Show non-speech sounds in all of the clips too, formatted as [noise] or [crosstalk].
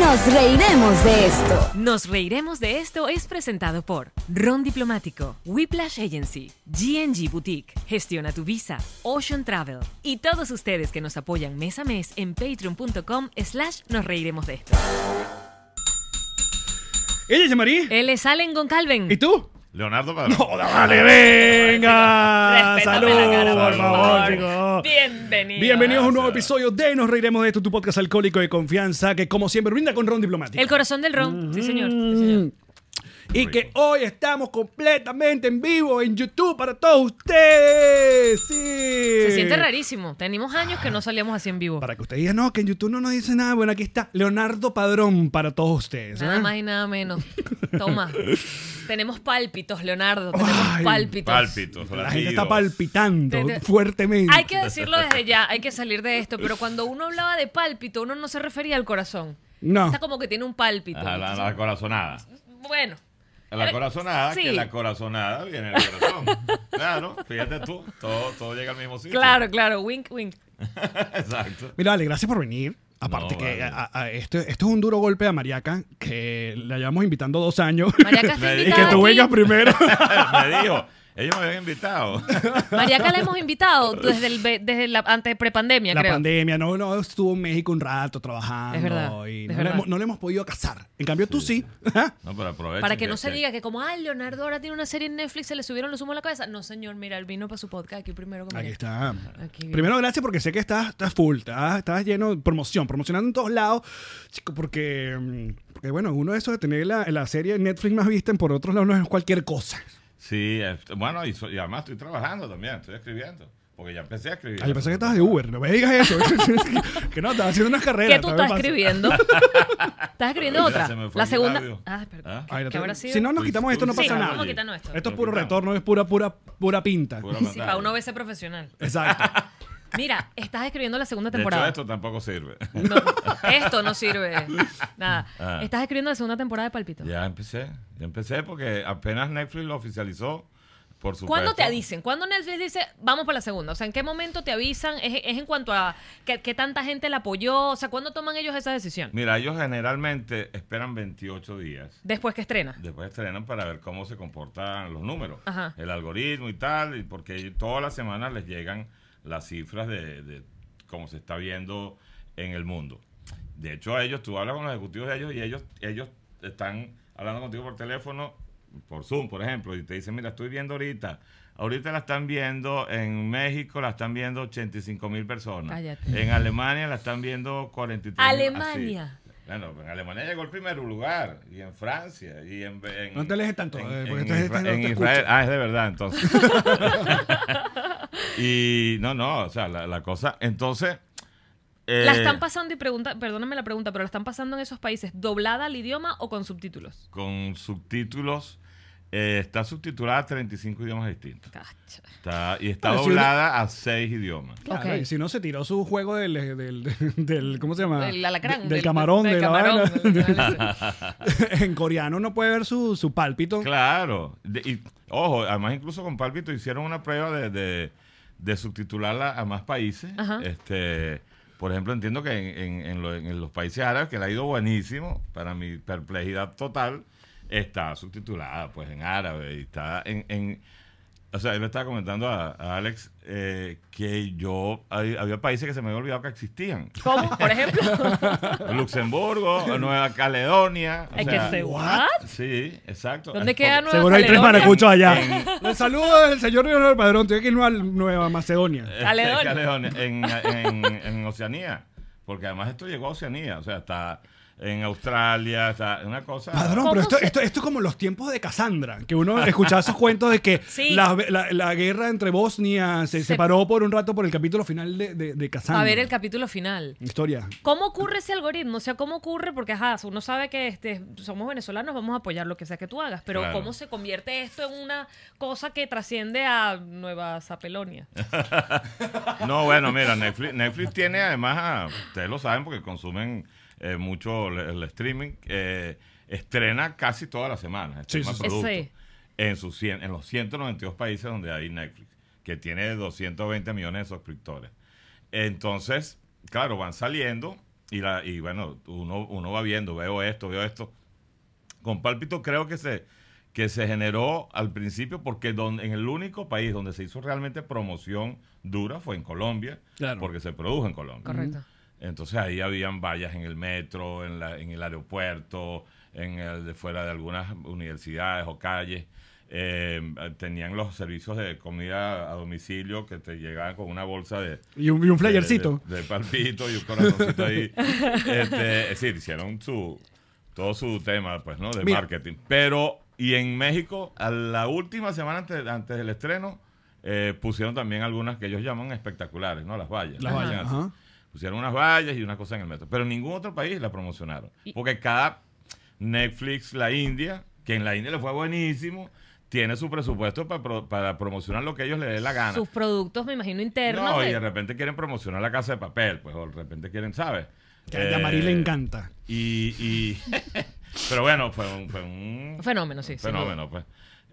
Nos reiremos de esto. Nos reiremos de esto es presentado por Ron Diplomático, Whiplash Agency, GNG Boutique, Gestiona tu Visa, Ocean Travel y todos ustedes que nos apoyan mes a mes en patreon.com slash nos reiremos de esto. Ella es Marí. Él es Allen Goncalven. ¿Y tú? Leonardo Padrón. No, dale, venga. Respétame Ah, Salud, la cara, por por favor, favor. chicos. Bienvenidos. Bienvenidos a un nuevo episodio de Nos Reiremos de esto, tu podcast alcohólico de confianza, que como siempre brinda con ron diplomático. El corazón del ron. Sí, señor. Sí, Mm. señor. y que hoy estamos completamente en vivo en YouTube para todos ustedes. Sí. Se siente rarísimo. Tenemos años que no salíamos así en vivo. Para que ustedes digan, no, que en YouTube no nos dice nada. Bueno, aquí está Leonardo Padrón para todos ustedes. Nada ¿eh? más y nada menos. [laughs] Toma. tenemos pálpitos, Leonardo. Ay, Tenemos pálpitos. Pálpitos. La gente latidos. está Te- palpitando te- fuertemente. Hay que decirlo desde ya, hay que salir de esto, pero cuando uno hablaba de pálpito, uno no se refería al corazón. No. Está como que tiene un pálpito. Ajá, la, la corazonada. Bueno. La corazonada, Eh, Sí. que la corazonada viene del [laughs] corazón. claro, fíjate tú, todo, todo llega al mismo sitio. Claro, claro, wink, wink. [laughs] Exacto. Mira, vale, gracias por venir. Aparte No, que vale. a- a- esto, esto es un duro golpe a Mariaca, que la llevamos invitando dos años. Mariaca está [laughs] Me y dijo- invitada. que tú aquí. [laughs] vengas primero. Me dijo, ellos me habían invitado. Mariaca la hemos invitado desde, el, ve- desde la antes prepandemia, la creo. pandemia, no, no, estuvo en México un rato trabajando. Es verdad, y es no, Le verdad. hemos, no le hemos podido casar. En cambio, tú sí. [laughs] No, pero aprovechen. Para que no se diga que como, ah, Leonardo ahora tiene una serie en Netflix, se le subieron los humos a la cabeza. No, señor, mira, él vino para su podcast aquí primero. con Aquí Mariaca. está. Aquí viene. Primero, gracias porque sé que estás, estás full, estás, estás lleno de promoción, promocionando en todos lados. Chico, porque, mm, porque bueno, uno de esos de tener la, la serie en Netflix más vista, en por otros lados, no es cualquier cosa. Sí, eh, bueno, y, so- y además estoy trabajando también, estoy escribiendo. Porque ya empecé a escribir. Ah, yo pensé que estabas de Uber, no me digas eso. [laughs] que no, estás haciendo unas carreras. ¿Qué tú también estás pasa. [laughs] escribiendo? ¿Estás escribiendo Mira, otra? se me fue la mi segunda. labio. Ah, perdón. Ah. ¿Qué- Ay, no qué te- habrá sido? Si no nos quitamos esto, no Sí, pasa vamos nada. a quitarnos esto. Esto es Lo puro quitamos. retorno, es pura, pura, pura pinta. Pura Sí, para uno verse profesional. Exacto. [laughs] Mira, estás escribiendo la segunda De hecho, temporada. esto tampoco sirve. No, esto no sirve. Nada. Ah. Estás escribiendo la segunda temporada de Palpito. ya empecé, ya empecé porque apenas Netflix lo oficializó. Por supuesto. ¿Cuándo te avisen? ¿Cuándo Netflix dice vamos para la segunda? O sea, ¿en qué momento te avisan? ¿Es, es en cuanto a que, que tanta gente la apoyó? O sea, ¿cuándo toman ellos esa decisión? Mira, ellos generalmente esperan 28 días. Después que estrena. Después estrenan para ver cómo se comportan los números, Ajá. el algoritmo y tal, y porque todas las semanas les llegan las cifras de, de cómo se está viendo en el mundo. De hecho, a ellos, tú hablas con los ejecutivos de ellos y ellos, ellos están hablando contigo por teléfono, por Zoom, por ejemplo, y te dicen, mira, estoy viendo ahorita, ahorita la están viendo en México, la están viendo 85 mil personas. Cállate. En Alemania la están viendo 43 Alemania. Así. Bueno, en Alemania llegó el primer lugar, y en Francia, y en... en- No te alejes tanto, eh, porque esta Isra- gente no en te Israel. escucha. Ah, es de [laughs] verdad, entonces. y no, no, o sea, la, la cosa... Entonces... eh, La están pasando y pregunta, perdóname la pregunta, pero la están pasando en esos países doblada al idioma o con subtítulos. Con subtítulos, eh, está subtitulada a 35 idiomas distintos. Cacha. Está, y está Pero si doblada a 6 idiomas. Claro, Ok. y si no, se tiró su juego del, del, del- ¿cómo se llama? El alacrán, del, del- camarón, del de la camarón, vaina. del- del- [laughs] en coreano no puede ver su, su pálpito. Claro. De- y, ojo, además incluso con Pálpito hicieron una prueba de, de- de subtitularla a más países. Ajá. Este, por ejemplo, entiendo que en, en- en lo- en los países árabes, que le ha ido buenísimo, para mi perplejidad total, está subtitulada pues en árabe y está en... en- o sea, él le estaba comentando a, a Alex eh, que yo... hay- había países que se me había olvidado [laughs] que existían. [laughs] ¿Cómo? Por [laughs] ejemplo. Luxemburgo, Nueva Caledonia. o Hay que sea, ser. ¿what? ¿What? Sí, exacto. ¿Dónde Porque- queda Nueva Seguro hay tres Caledonia? maracuchos allá. Les saludo del señor Leonardo Padrón. Estoy aquí en Nueva, Nueva Macedonia. Este, Caledonia. Caledonia, En, en- en Oceanía. Porque además esto llegó a Oceanía. O sea, está en Australia, está una cosa. Padrón, ¿Cómo pero esto, se- esto, esto es como los tiempos de Cassandra, que uno escuchaba esos cuentos de que Sí. la, la- la guerra entre Bosnia se, Se- separó por un rato por el capítulo final de, de, de Cassandra. A ver el capítulo final. Historia. ¿Cómo ocurre ese algoritmo? O sea, ¿cómo ocurre? Porque, ajá, uno sabe que este, somos venezolanos, vamos a apoyar lo que sea que tú hagas, pero Claro. ¿cómo se convierte esto en una cosa que trasciende a Nueva Zapelonia? No, bueno, mira, Netflix, Netflix tiene además, ah, ustedes lo saben porque consumen eh, mucho el, el streaming, eh, estrena casi todas las semanas. Sí, estrena sí, sí. productos Sí. En, sus cien- en los 192 países donde hay Netflix, que tiene 220 millones de suscriptores. Entonces, claro, van saliendo Y, la, y bueno, uno, uno va viendo, veo esto, veo esto. Con pálpito creo que se, que se generó al principio porque don- en el único país donde se hizo realmente promoción dura fue en Colombia, Claro. porque se produjo en Colombia. Correcto. Entonces ahí habían vallas en el metro, en, la- en el aeropuerto, en el de fuera de algunas universidades o calles. Eh, tenían los servicios de comida a domicilio que te llegaban con una bolsa de, Y un, y un flyercito. de, de- de palpito y un [laughs] corazoncito ahí. Este, es decir, hicieron su, todo su tema, pues, ¿no? De Mira. marketing. Pero, y en México, a la última semana antes, antes del estreno, eh, pusieron también algunas que ellos llaman espectaculares, ¿no? eh, Las vallas. Las ¿no? vallas, Así. ajá. Pusieron unas vallas y una cosa en el metro. Pero en ningún otro país la promocionaron. Porque cada Netflix, la India, que en la India le fue buenísimo, tiene su presupuesto para, pro- para promocionar lo que ellos le dé la gana. Sus productos, me imagino, internos. Ah, No, de- y de repente quieren promocionar la casa de papel, pues, o de repente quieren, ¿sabes? Que a Eh, Yamari le encanta. Y, [laughs] y- pero bueno, fue un, fue un Un fenómeno, sí. sin duda. fenómeno, pues.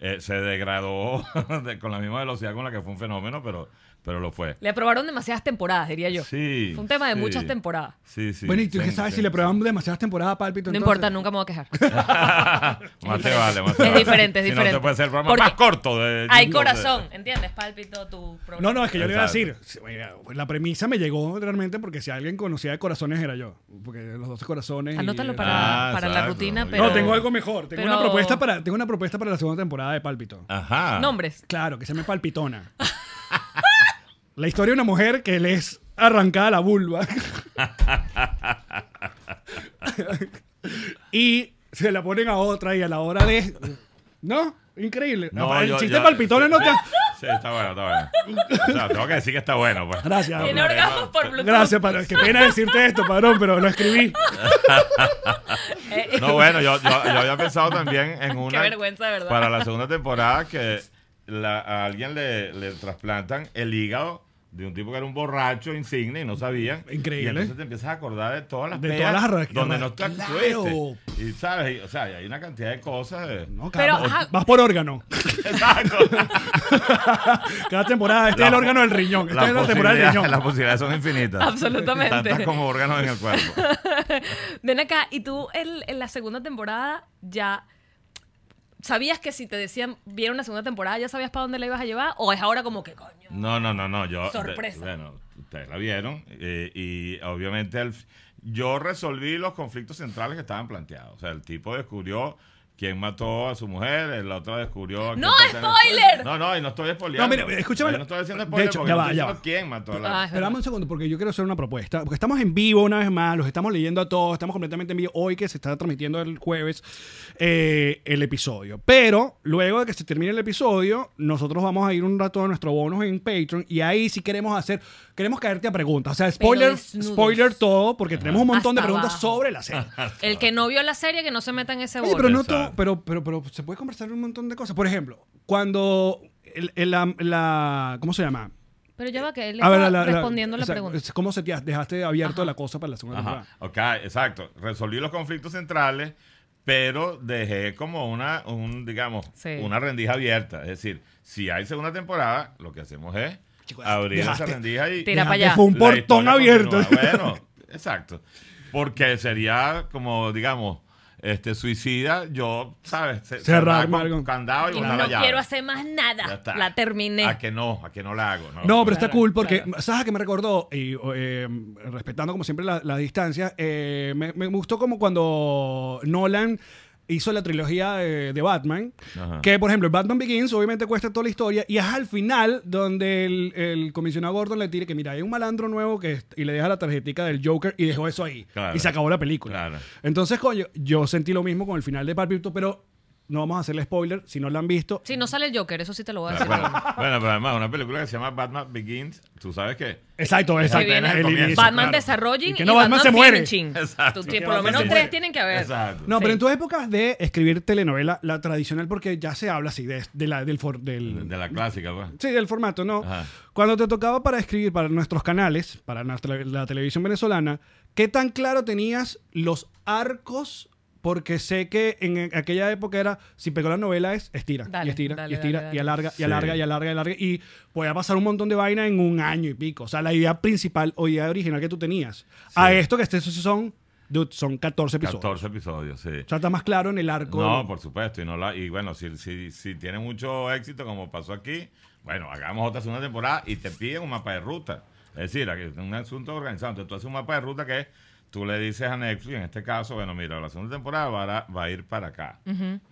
Eh, se degradó [laughs] de- con la misma velocidad con la que fue un fenómeno, pero, pero lo fue. Le aprobaron demasiadas temporadas, diría yo. Sí. Fue un tema de sí. muchas temporadas. Sí, sí. bueno, ¿y tú Sí, qué sabes sí, si le sí. probamos demasiadas temporadas a Pálpito? No entonces? importa, nunca me voy a [laughs] quejar. Más te vale, más te Es vale. diferente, es Si No, diferente. se puede ser el programa Porque más corto. De, Hay de- corazón, ¿entiendes? Pálpito tu programa. No, no, es que yo le iba a Exacto. decir. sí, mira, La premisa me llegó realmente porque si alguien conocía de corazones era yo. Porque los 12 corazones. y- Anótalo para, Ah, para la exacto. rutina, No, pero... No, tengo algo mejor. Tengo, una pero- propuesta para, tengo una propuesta para la segunda temporada de Pálpito. Ajá. Nombres. Claro, que se me palpitona. [laughs] la historia de una mujer que le es arrancada la vulva. [laughs] y se la ponen a otra y a la hora de. ¿No? Increíble. No, el yo- chiste yo- de palpitones no te. Sí, sí, está bueno, está bueno. O sea, tengo que decir que está bueno, [laughs] pues. Gracias. En Problema. orgasmos por Bluetooth. Gracias, padrón. Qué pena decirte esto, padrón, pero lo escribí. Eh, No, bueno, yo, yo, yo había pensado también [laughs] en una. vergüenza, ¿verdad? Para la segunda temporada que la- a alguien le, le trasplantan el hígado de un tipo que era un borracho insigne y no sabía. Increíble. Y entonces te empiezas a acordar de todas las De peas todas las arra- donde no está Claro. estuviste. Y sabes, y- o sea, hay una cantidad de cosas. eh. [laughs] No, Pero, cada- ajá. vas por órgano. Exacto. Cada temporada, este La es el po- órgano del riñón. Este es la temporada del posibilidades- riñón. las posibilidades son infinitas. Absolutamente. Tantas como órganos en el cuerpo. Ven acá, y tú el- en la segunda temporada ya... ¿Sabías que si te decían, viera una segunda temporada, ya sabías para dónde la ibas a llevar? ¿O es ahora como que, coño? No, no, no, no. Yo, Sorpresa. de- bueno, ustedes la vieron eh, y obviamente el- yo resolví los conflictos centrales que estaban planteados. O sea, el tipo descubrió quién mató a su mujer, la otra descubrió... a qué ¡No, pertenece- spoiler! No, no, y no estoy spoileando. No, mira, escúchame Ahí la- No estoy haciendo de spoiler hecho, porque ya no va, estoy ya diciendo quién mató a la... Ah, es Pero verdad. dame un segundo, porque yo quiero hacer una propuesta. Porque estamos en vivo una vez más, los estamos leyendo a todos, estamos completamente en vivo hoy que se está transmitiendo el jueves eh, el episodio. Pero luego de que se termine el episodio, nosotros vamos a ir un rato a nuestro bonus en Patreon y ahí sí queremos hacer, queremos caerte a preguntas. O sea, spoiler, desnudos. spoiler todo, porque tenemos un montón de Hasta preguntas abajo. sobre la serie. El que no vio la serie, que no se meta en ese Oye, bote. pero no Exacto. todo, pero, pero, pero se puede conversar un montón de cosas. Por ejemplo, cuando el- el- la- la, ¿cómo se llama? Pero ya va que él A ver, estaba la- la- respondiendo la, o sea, pregunta. es- ¿Cómo se te dejaste abierto la cosa para la segunda Ajá, temporada? ok, exacto. Resolví los conflictos centrales, pero dejé como una, un, digamos, Sí. una rendija abierta. Es decir, si hay segunda temporada, lo que hacemos es Chico, abrir dejaste- esa rendija y... Tira Dejaste para allá. Fue un La portón historia abierto. continúa. Ah, Bueno, exacto. Porque sería como, digamos, este suicida, yo, ¿sabes? Ce- Cerrar, con Margot. candado y Y botar no la llave. quiero hacer más Ya nada. está. La terminé. A que no, a que no la hago. No, No, pero está Claro, cool porque, claro. ¿sabes a qué me recordó? Y, o, eh, respetando como siempre la, la distancia, eh, me, me gustó como cuando Nolan hizo la trilogía de, de Batman, Ajá. que por ejemplo, Batman Begins obviamente cuesta toda la historia y es al final donde el, el comisionado Gordon le tira que mira, hay un malandro nuevo que es- y le deja la tarjetica del Joker y dejó eso ahí. Claro. Y se acabó la película. Claro. Entonces, coño, yo sentí lo mismo con el final de Palpito, pero no vamos a hacerle spoiler si no lo han visto. Si no sale el Joker, eso sí te lo voy a Bueno, decir. bueno, pero además, una película que se llama Batman Begins, tú sabes que Exacto, exacto. viene al el comienzo, inicio, Batman claro. Desarrolling Y y, que no, Batman, Batman se muere. Finishing. Exacto. Tú tienes- Que por lo Batman menos se tres muere. tienen que haber. Exacto. No, pero Sí. en tus épocas de escribir telenovela, la tradicional, porque ya se habla así de, de la, del, for- del- de la clásica, pues. sí, del formato, ¿no? Ajá. Cuando te tocaba para escribir para nuestros canales, para nuestra, la televisión venezolana, ¿qué tan claro tenías los arcos porque sé que en aquella época era, si pegó la novela es estira, Dale, y estira, dale, y estira, dale, dale. y alarga, y Sí. alarga, y alarga, y alarga, y podía pasar un montón de vaina en un año y pico. O sea, la idea principal o idea original que tú tenías. A esto que estos son, dude, son 14 episodios. 14 episodios, sí. O sea, está más claro en el arco. No, por supuesto. Y, no la, y bueno, si, si, si tiene mucho éxito, como pasó aquí, bueno, hagamos otra segunda temporada y te piden un mapa de ruta. Es decir, aquí es un asunto organizado. Entonces tú haces un mapa de ruta que es, tú le dices a Netflix, en este caso, bueno, mira, la segunda temporada va a, va a ir para acá.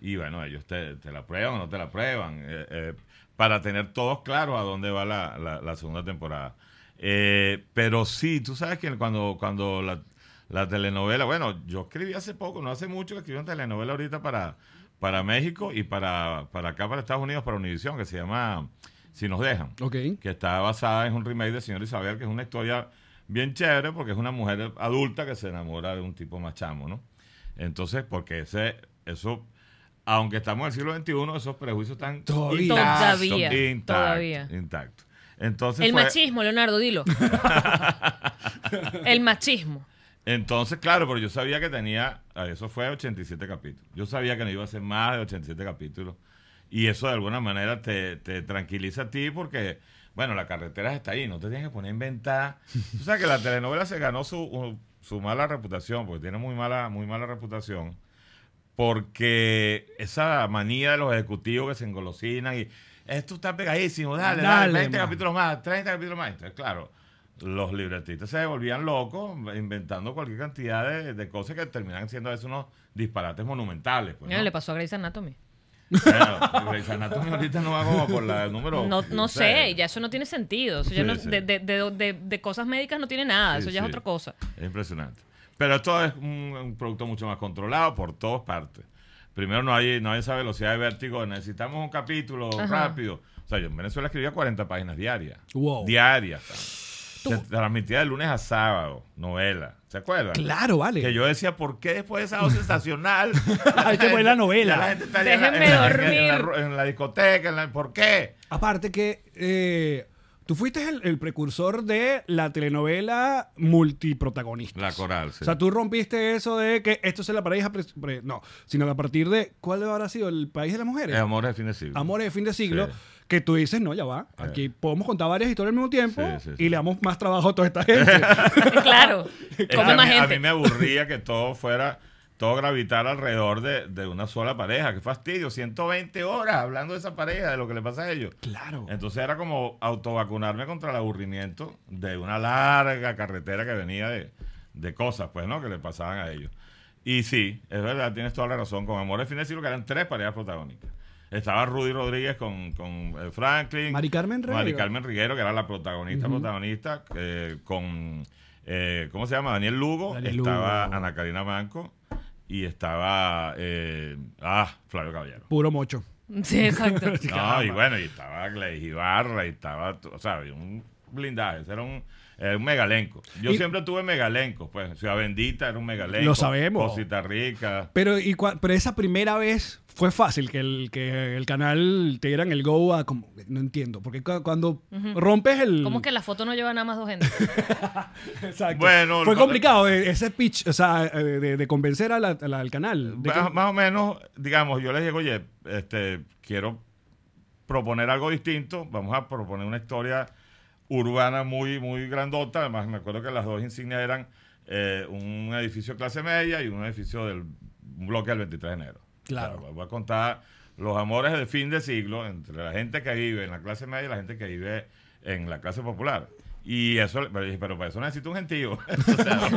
Y bueno, ellos te, te la prueban o no te la prueban, eh, eh, para tener todos claros a dónde va la, la- la segunda temporada. Eh, pero sí, tú sabes que cuando, cuando la, la telenovela, bueno, yo escribí hace poco, no hace mucho que escribí una telenovela ahorita para, para México y para, para acá, para Estados Unidos, para Univisión, que se llama Si nos dejan Ok. que está basada en un remake de Señor Isabel, que es una historia bien chévere porque es una mujer adulta que se enamora de un tipo más chamo, ¿no? Entonces, porque ese, eso, aunque estamos en el siglo XXI, esos prejuicios están Todavía. intactos, Todavía, intactos, todavía. intactos. Entonces, El fue- machismo, Leonardo, [laughs] dilo. el machismo. entonces, claro, pero yo sabía que tenía, ah, eso fue 87 capítulos. Yo sabía que no iba a ser más de 87 capítulos. Y eso de alguna manera te, te tranquiliza a ti porque, bueno, la carretera está ahí, no te tienes que poner a inventar. O sea que la telenovela se ganó su, u- su mala reputación, porque tiene muy mala, muy mala reputación, porque esa manía de los ejecutivos que se engolosinan y esto está pegadísimo, dale, dale, Dale, 20 man. capítulos más, 30 capítulos más. Entonces, claro, los libretistas se volvían locos inventando cualquier cantidad de, de cosas que terminan siendo a veces unos disparates monumentales. Pues, Mira, ¿no? le pasó a Grey's Anatomy. Bueno, Grey's Anatomy ahorita no va como por la número. No, no sé, ya eso no tiene sentido. Eso ya Sí, no- sí. de, de- de- de- de cosas médicas no tiene nada, Sí, Ah, eso ya es sí. otra [laughs] cosa. Es impresionante. Pero esto es un, un producto mucho más controlado por todas partes. Primero, no hay, no hay esa velocidad de vértigo. Necesitamos un capítulo rápido. O sea, yo en Venezuela escribía 40 páginas diarias. Wow. Diarias. Se transmitía de lunes a sábado, novela. ¿Se acuerdan? Claro, vale. Que yo decía, ¿por qué después de esa voz sensacional? [laughs] Hay que poner la novela. [laughs] Ya La gente está allá en la- Déjenme en la- en la- En la, dormir. en la discoteca, en la- ¿por qué? Aparte que eh, tú fuiste el, el precursor de la telenovela multiprotagonista. La coral, sí. O sea, tú rompiste eso de que esto es la pareja... pre- pre- no, sino a partir de... ¿Cuál habrá sido? ¿El país de las mujeres? Eh, amor de fin de siglo. Amores de fin de siglo. Sí. Que tú dices, no, ya va. Aquí podemos contar varias historias al mismo tiempo Sí, sí, sí. y le damos más trabajo a toda esta [laughs] gente. claro, Es que come a, más mí, a mí gente. me aburría que todo fuera, todo gravitara alrededor de, de una sola pareja. Qué fastidio, 120 horas hablando de esa pareja, de lo que le pasa a ellos. claro. Entonces era como autovacunarme contra el aburrimiento de una larga carretera que venía de, de cosas, pues, ¿no? Que le pasaban a ellos. Y sí, es verdad, tienes toda la razón. Con Amores Fines que eran tres parejas protagónicas. Estaba Rudy Rodríguez con, con, eh, Franklin. Mari Carmen Rivero. Mari Carmen Riguero, que era la protagonista, protagonista, eh, con, eh, ¿cómo se llama? Daniel Lugo. Daniel estaba Lugo. Ana Karina Manco. Y estaba, eh, ah, Flavio Caballero. Puro mocho. Sí, [laughs] exacto. [laughs] No, y bueno, y estaba Gladys Ibarra, y estaba, t- o sea, había un blindaje, ese era un, era un megalenco. Yo Y- siempre tuve megalenco, pues Ciudad Bendita era un megalenco. Lo sabemos. Cosita Rica. Pero, y cua- pero esa primera vez fue fácil que el, que el canal te dieran el go a como, no entiendo, porque cu- cuando rompes el... ¿Cómo que la foto no lleva nada más dos gente? Exacto. Bueno, fue el- complicado eh, ese pitch, o sea, eh, de, de convencer a la- a la- al canal. de Más, que- más o menos, digamos, yo les digo, oye, este, quiero proponer algo distinto, vamos a proponer una historia urbana muy, muy grandota. Además, me acuerdo que las dos insignias eran eh, un edificio clase media y un edificio del bloque del 23 de enero. Claro. O sea, voy a contar los amores del fin de siglo entre la gente que vive en la clase media y la gente que vive en la clase popular. Y eso, pero dije, pero para eso necesito un gentío. [laughs] O sea,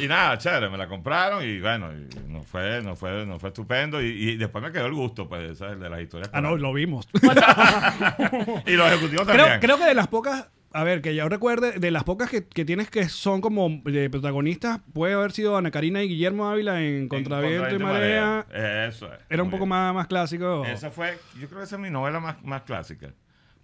y nada, chévere, me la compraron y bueno, y no fue, no fue, no fue estupendo. Y, y después me quedó el gusto, pues, ¿sabes? de las historias. ah, no, lo [laughs] vimos. Y los ejecutivos [laughs] creo, también. creo que de las pocas, a ver, que yo recuerde, de las pocas que, que tienes que son como de protagonistas, puede haber sido Ana Karina y Guillermo Ávila en En Contraviento y Contraviento Marea. Marea. Eso es. Era un Muy poco bien. más, más clásico. Esa fue, yo creo que esa es mi novela más, más clásica.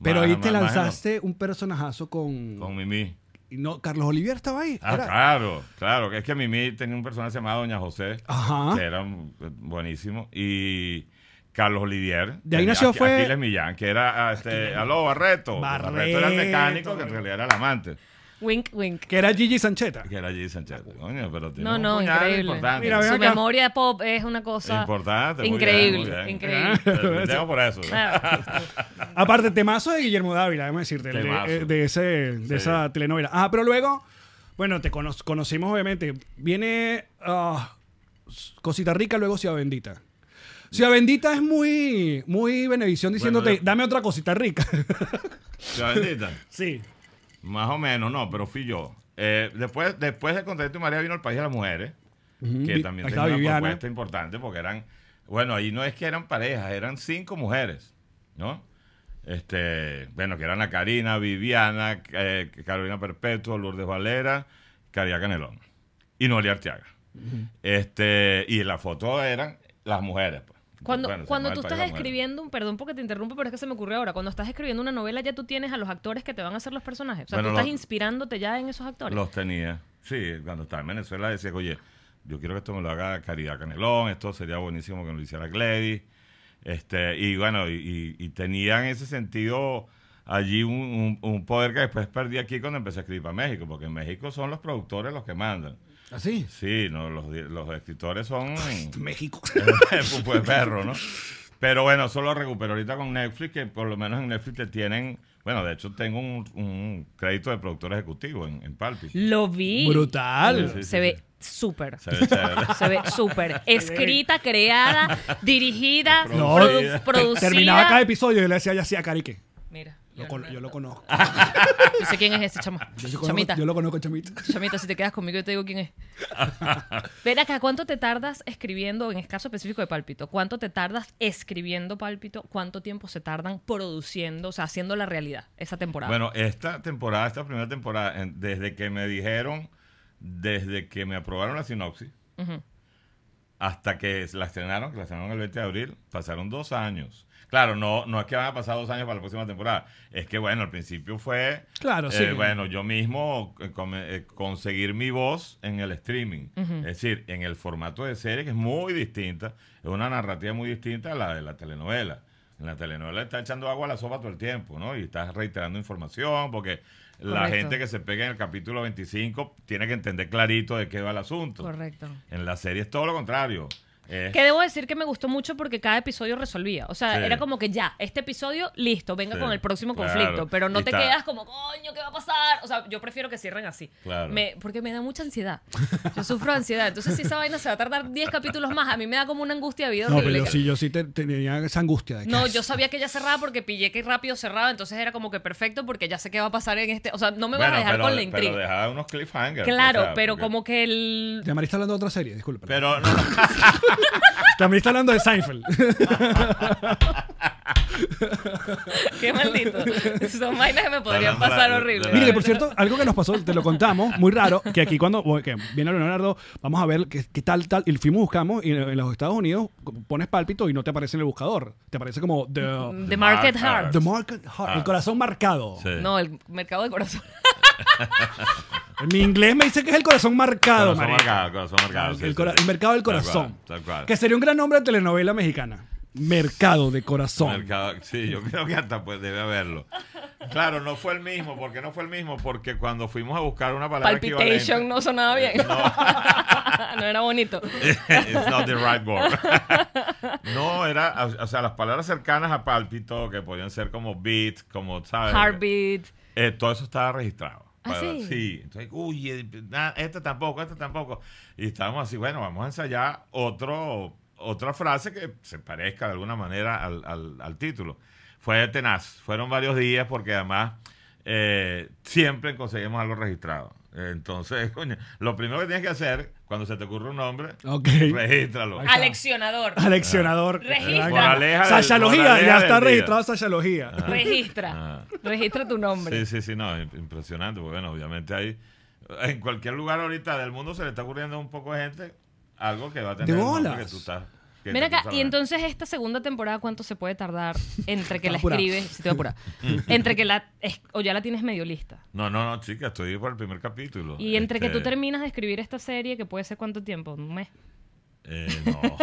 Pero Más- ahí te más- más en- lanzaste un personajazo con... Con Mimi. y No, Carlos Olivier estaba ahí. Ah, era- claro, claro. Es que Mimi tenía un personaje llamado Doña José, Ajá. que era un- eh, buenísimo. Y Carlos Olivier. De ahí tenía- nació Aqu- fue- Aquiles Millán, que era, ah, este, aló, Barreto. Barreto era el mecánico, que en Barreto. realidad era el amante. Wink, wink. Que era Gigi Sancheta. Que era Gigi Sancheta. Coño, pero tiene No, un no, puñal increíble. Importante. Mira, ve Su acá. memoria pop es una cosa Importante. muy increíble, bien, muy bien. [laughs] increíble. Te- te tengo por eso. Ah, Aparte, temazo de Guillermo Dávila, déjame decirte, de, Temazo. eh, de ese, de Sí. esa telenovela. Ah, pero luego, bueno, te cono- conocimos obviamente. Viene ah, Cosita Rica, luego Ciudad Bendita. Ciudad Bendita es muy, muy benedición diciéndote, Bueno, yo- dame otra cosita rica. [laughs] Ciudad Bendita. sí. Más o menos, no, pero fui yo. Eh, después, después del Contento y María vino el País de las Mujeres, que Vi- también ahí tenía estaba una Viviana. propuesta importante porque eran, bueno, ahí no es que eran parejas, eran cinco mujeres, ¿no? Este, bueno, que eran la Karina, Viviana, eh, Carolina Perpetua, Lourdes Valera, Caría Canelón y Noelia Arteaga. Este, y la foto eran las mujeres. pues. Cuando, Bueno, se cuando llamaba tú El País de estás las Mujeres. escribiendo, un- perdón porque te interrumpo, pero es que se me ocurre ahora, cuando estás escribiendo una novela ya tú tienes a los actores que te van a hacer los personajes. O sea, Bueno, tú estás los- inspirándote ya en esos actores. Los tenía. Sí, cuando estaba en Venezuela decía, oye, yo quiero que esto me lo haga Caridad Canelón, esto sería buenísimo que me lo hiciera Gladys. Este, y bueno, y, y- y tenía en ese sentido allí un, un- un poder que después perdí aquí cuando empecé a escribir para México, porque en México son los productores los que mandan. ¿Así? Sí, no, los, di- los escritores son... [laughs] México. pues, pues, perro, ¿no? Pero bueno, solo recupero ahorita con Netflix, que por lo menos en Netflix te tienen. Bueno, de hecho, tengo un, un crédito de productor ejecutivo en, en Palpi. Lo vi. Brutal. Sí, sí, se sí, ve sí. súper. Se ve chévere. Se ve [laughs] súper. Escrita, creada, dirigida, [laughs] No, eh, produ- te- producida. Terminaba cada episodio y yo le decía ya sí a Carique. Mira, Lo yo, con- no- yo lo conozco. yo sé quién es ese chama. Yo, lo chamita. conozco yo lo conozco, chamita. Chamita, si te quedas conmigo, yo te digo quién [laughs] es. Ven acá, ¿cuánto te tardas escribiendo, en el caso específico de Pálpito? ¿Cuánto te tardas escribiendo Pálpito? ¿Cuánto tiempo se tardan produciendo, o sea, haciendo la realidad esa temporada? Bueno, esta temporada, esta primera temporada, en- desde que me dijeron, desde que me aprobaron la sinopsis, hasta que la estrenaron, que la estrenaron el 20 de abril, pasaron dos años. Claro, no, no es que van a pasar dos años para la próxima temporada. Es que, bueno, al principio fue. Claro, eh, sí. Bueno, yo mismo eh, con- eh, conseguir mi voz en el streaming. Es decir, en el formato de serie, que es muy distinta. Es una narrativa muy distinta a la de la telenovela. En la telenovela está echando agua a la sopa todo el tiempo, ¿no? Y estás reiterando información, porque la Correcto. gente que se pega en el capítulo 25 tiene que entender clarito de qué va el asunto. Correcto. En la serie es todo lo contrario. Es- Que debo decir que me gustó mucho porque cada episodio resolvía. O sea, Sí. era como que ya, este episodio, listo, venga Sí, con el próximo claro. conflicto. Pero no Y te está- quedas como, coño, ¿qué va a pasar? O sea, yo prefiero que cierren así. Claro. Me- porque me da mucha ansiedad. Yo sufro de ansiedad. Entonces, si esa vaina se va a tardar 10 capítulos más, a mí me da como una angustia de vida No, pero horrible. yo sí, yo sí te- tenía esa angustia. De que- ah, No, yo sabía que ya cerraba porque pillé que rápido cerraba, entonces era como que perfecto porque ya sé qué va a pasar en este, o sea, no me van Bueno, a dejar pero- con la pero intriga. dejaba unos cliffhangers. claro, o sea, pero porque- como que el Tamara está hablando de otra serie, disculpa. [laughs] Pero no, También está hablando de [laughs] Seinfeld. qué [laughs] maldito. Son vainas que me podrían Hablando de la- pasar de la- horrible. Mire, que por cierto, algo que nos pasó, te lo contamos, muy raro, que aquí cuando bueno, que viene Leonardo, vamos a ver qué, qué tal, tal, y fuimos, buscamos, y en, en los Estados Unidos pones pálpito y no te aparece en el buscador, te aparece como Mm, The, The Market Mark Heart. the Market Heart, el corazón marcado. Ah. Sí. No, el mercado de [laughs] corazón. Mi inglés me dice que es el corazón marcado, Corazón marico. marcado, corazón marcado. sí, Ah, el, sí, cora- sí. el mercado del Tal corazón. cual, tal cual. Que sería un gran nombre de telenovela mexicana. Mercado de corazón. Mercado- sí, [laughs] yo creo que hasta pues debe haberlo. Claro, no fue el mismo, porque no fue el mismo, porque cuando fuimos a buscar una palabra Palpitation equivalente- no sonaba bien. [laughs] No. era bonito. [laughs] It's not the right word. [laughs] no, era, o o sea, las palabras cercanas a pálpito, que podían ser como beat, como, ¿sabes? Heartbeat. Eh, todo eso estaba registrado. ¿Ah, Para- sí? Entonces, uy, eh, na- este tampoco, este tampoco. Y estábamos así, bueno, vamos a ensayar otro, otra frase que se parezca de alguna manera al, al- al título. Fue tenaz, fueron varios días porque además eh, siempre conseguimos algo registrado. Entonces, [laughs] coño, lo primero que tienes que hacer cuando se te ocurre un nombre, Ok. regístralo. Ahí está. Aleccionador. Aleccionador. Ah. Registra. Moraleja del- Sasha Logía, moraleja ya del está día. registrado Sasha Logía. Registra. Ah. Registra tu nombre. Sí, sí, sí, no, im- impresionante, porque bueno, obviamente hay, en cualquier lugar ahorita del mundo se le está ocurriendo a un poco de gente algo que va a tener De el nombre bolas. que tú estás. que Mira tú acá, sabes. y entonces esta segunda temporada, ¿cuánto se puede tardar entre que la Apura. escribes? Si te voy [laughs] a apurar. Mm. Entre que la. es- o ya la tienes medio lista. No, no, no, chica, estoy por el primer capítulo. Y entre que Este, [laughs] tú terminas de escribir esta serie, que puede ser cuánto tiempo, un mes. eh, no, no.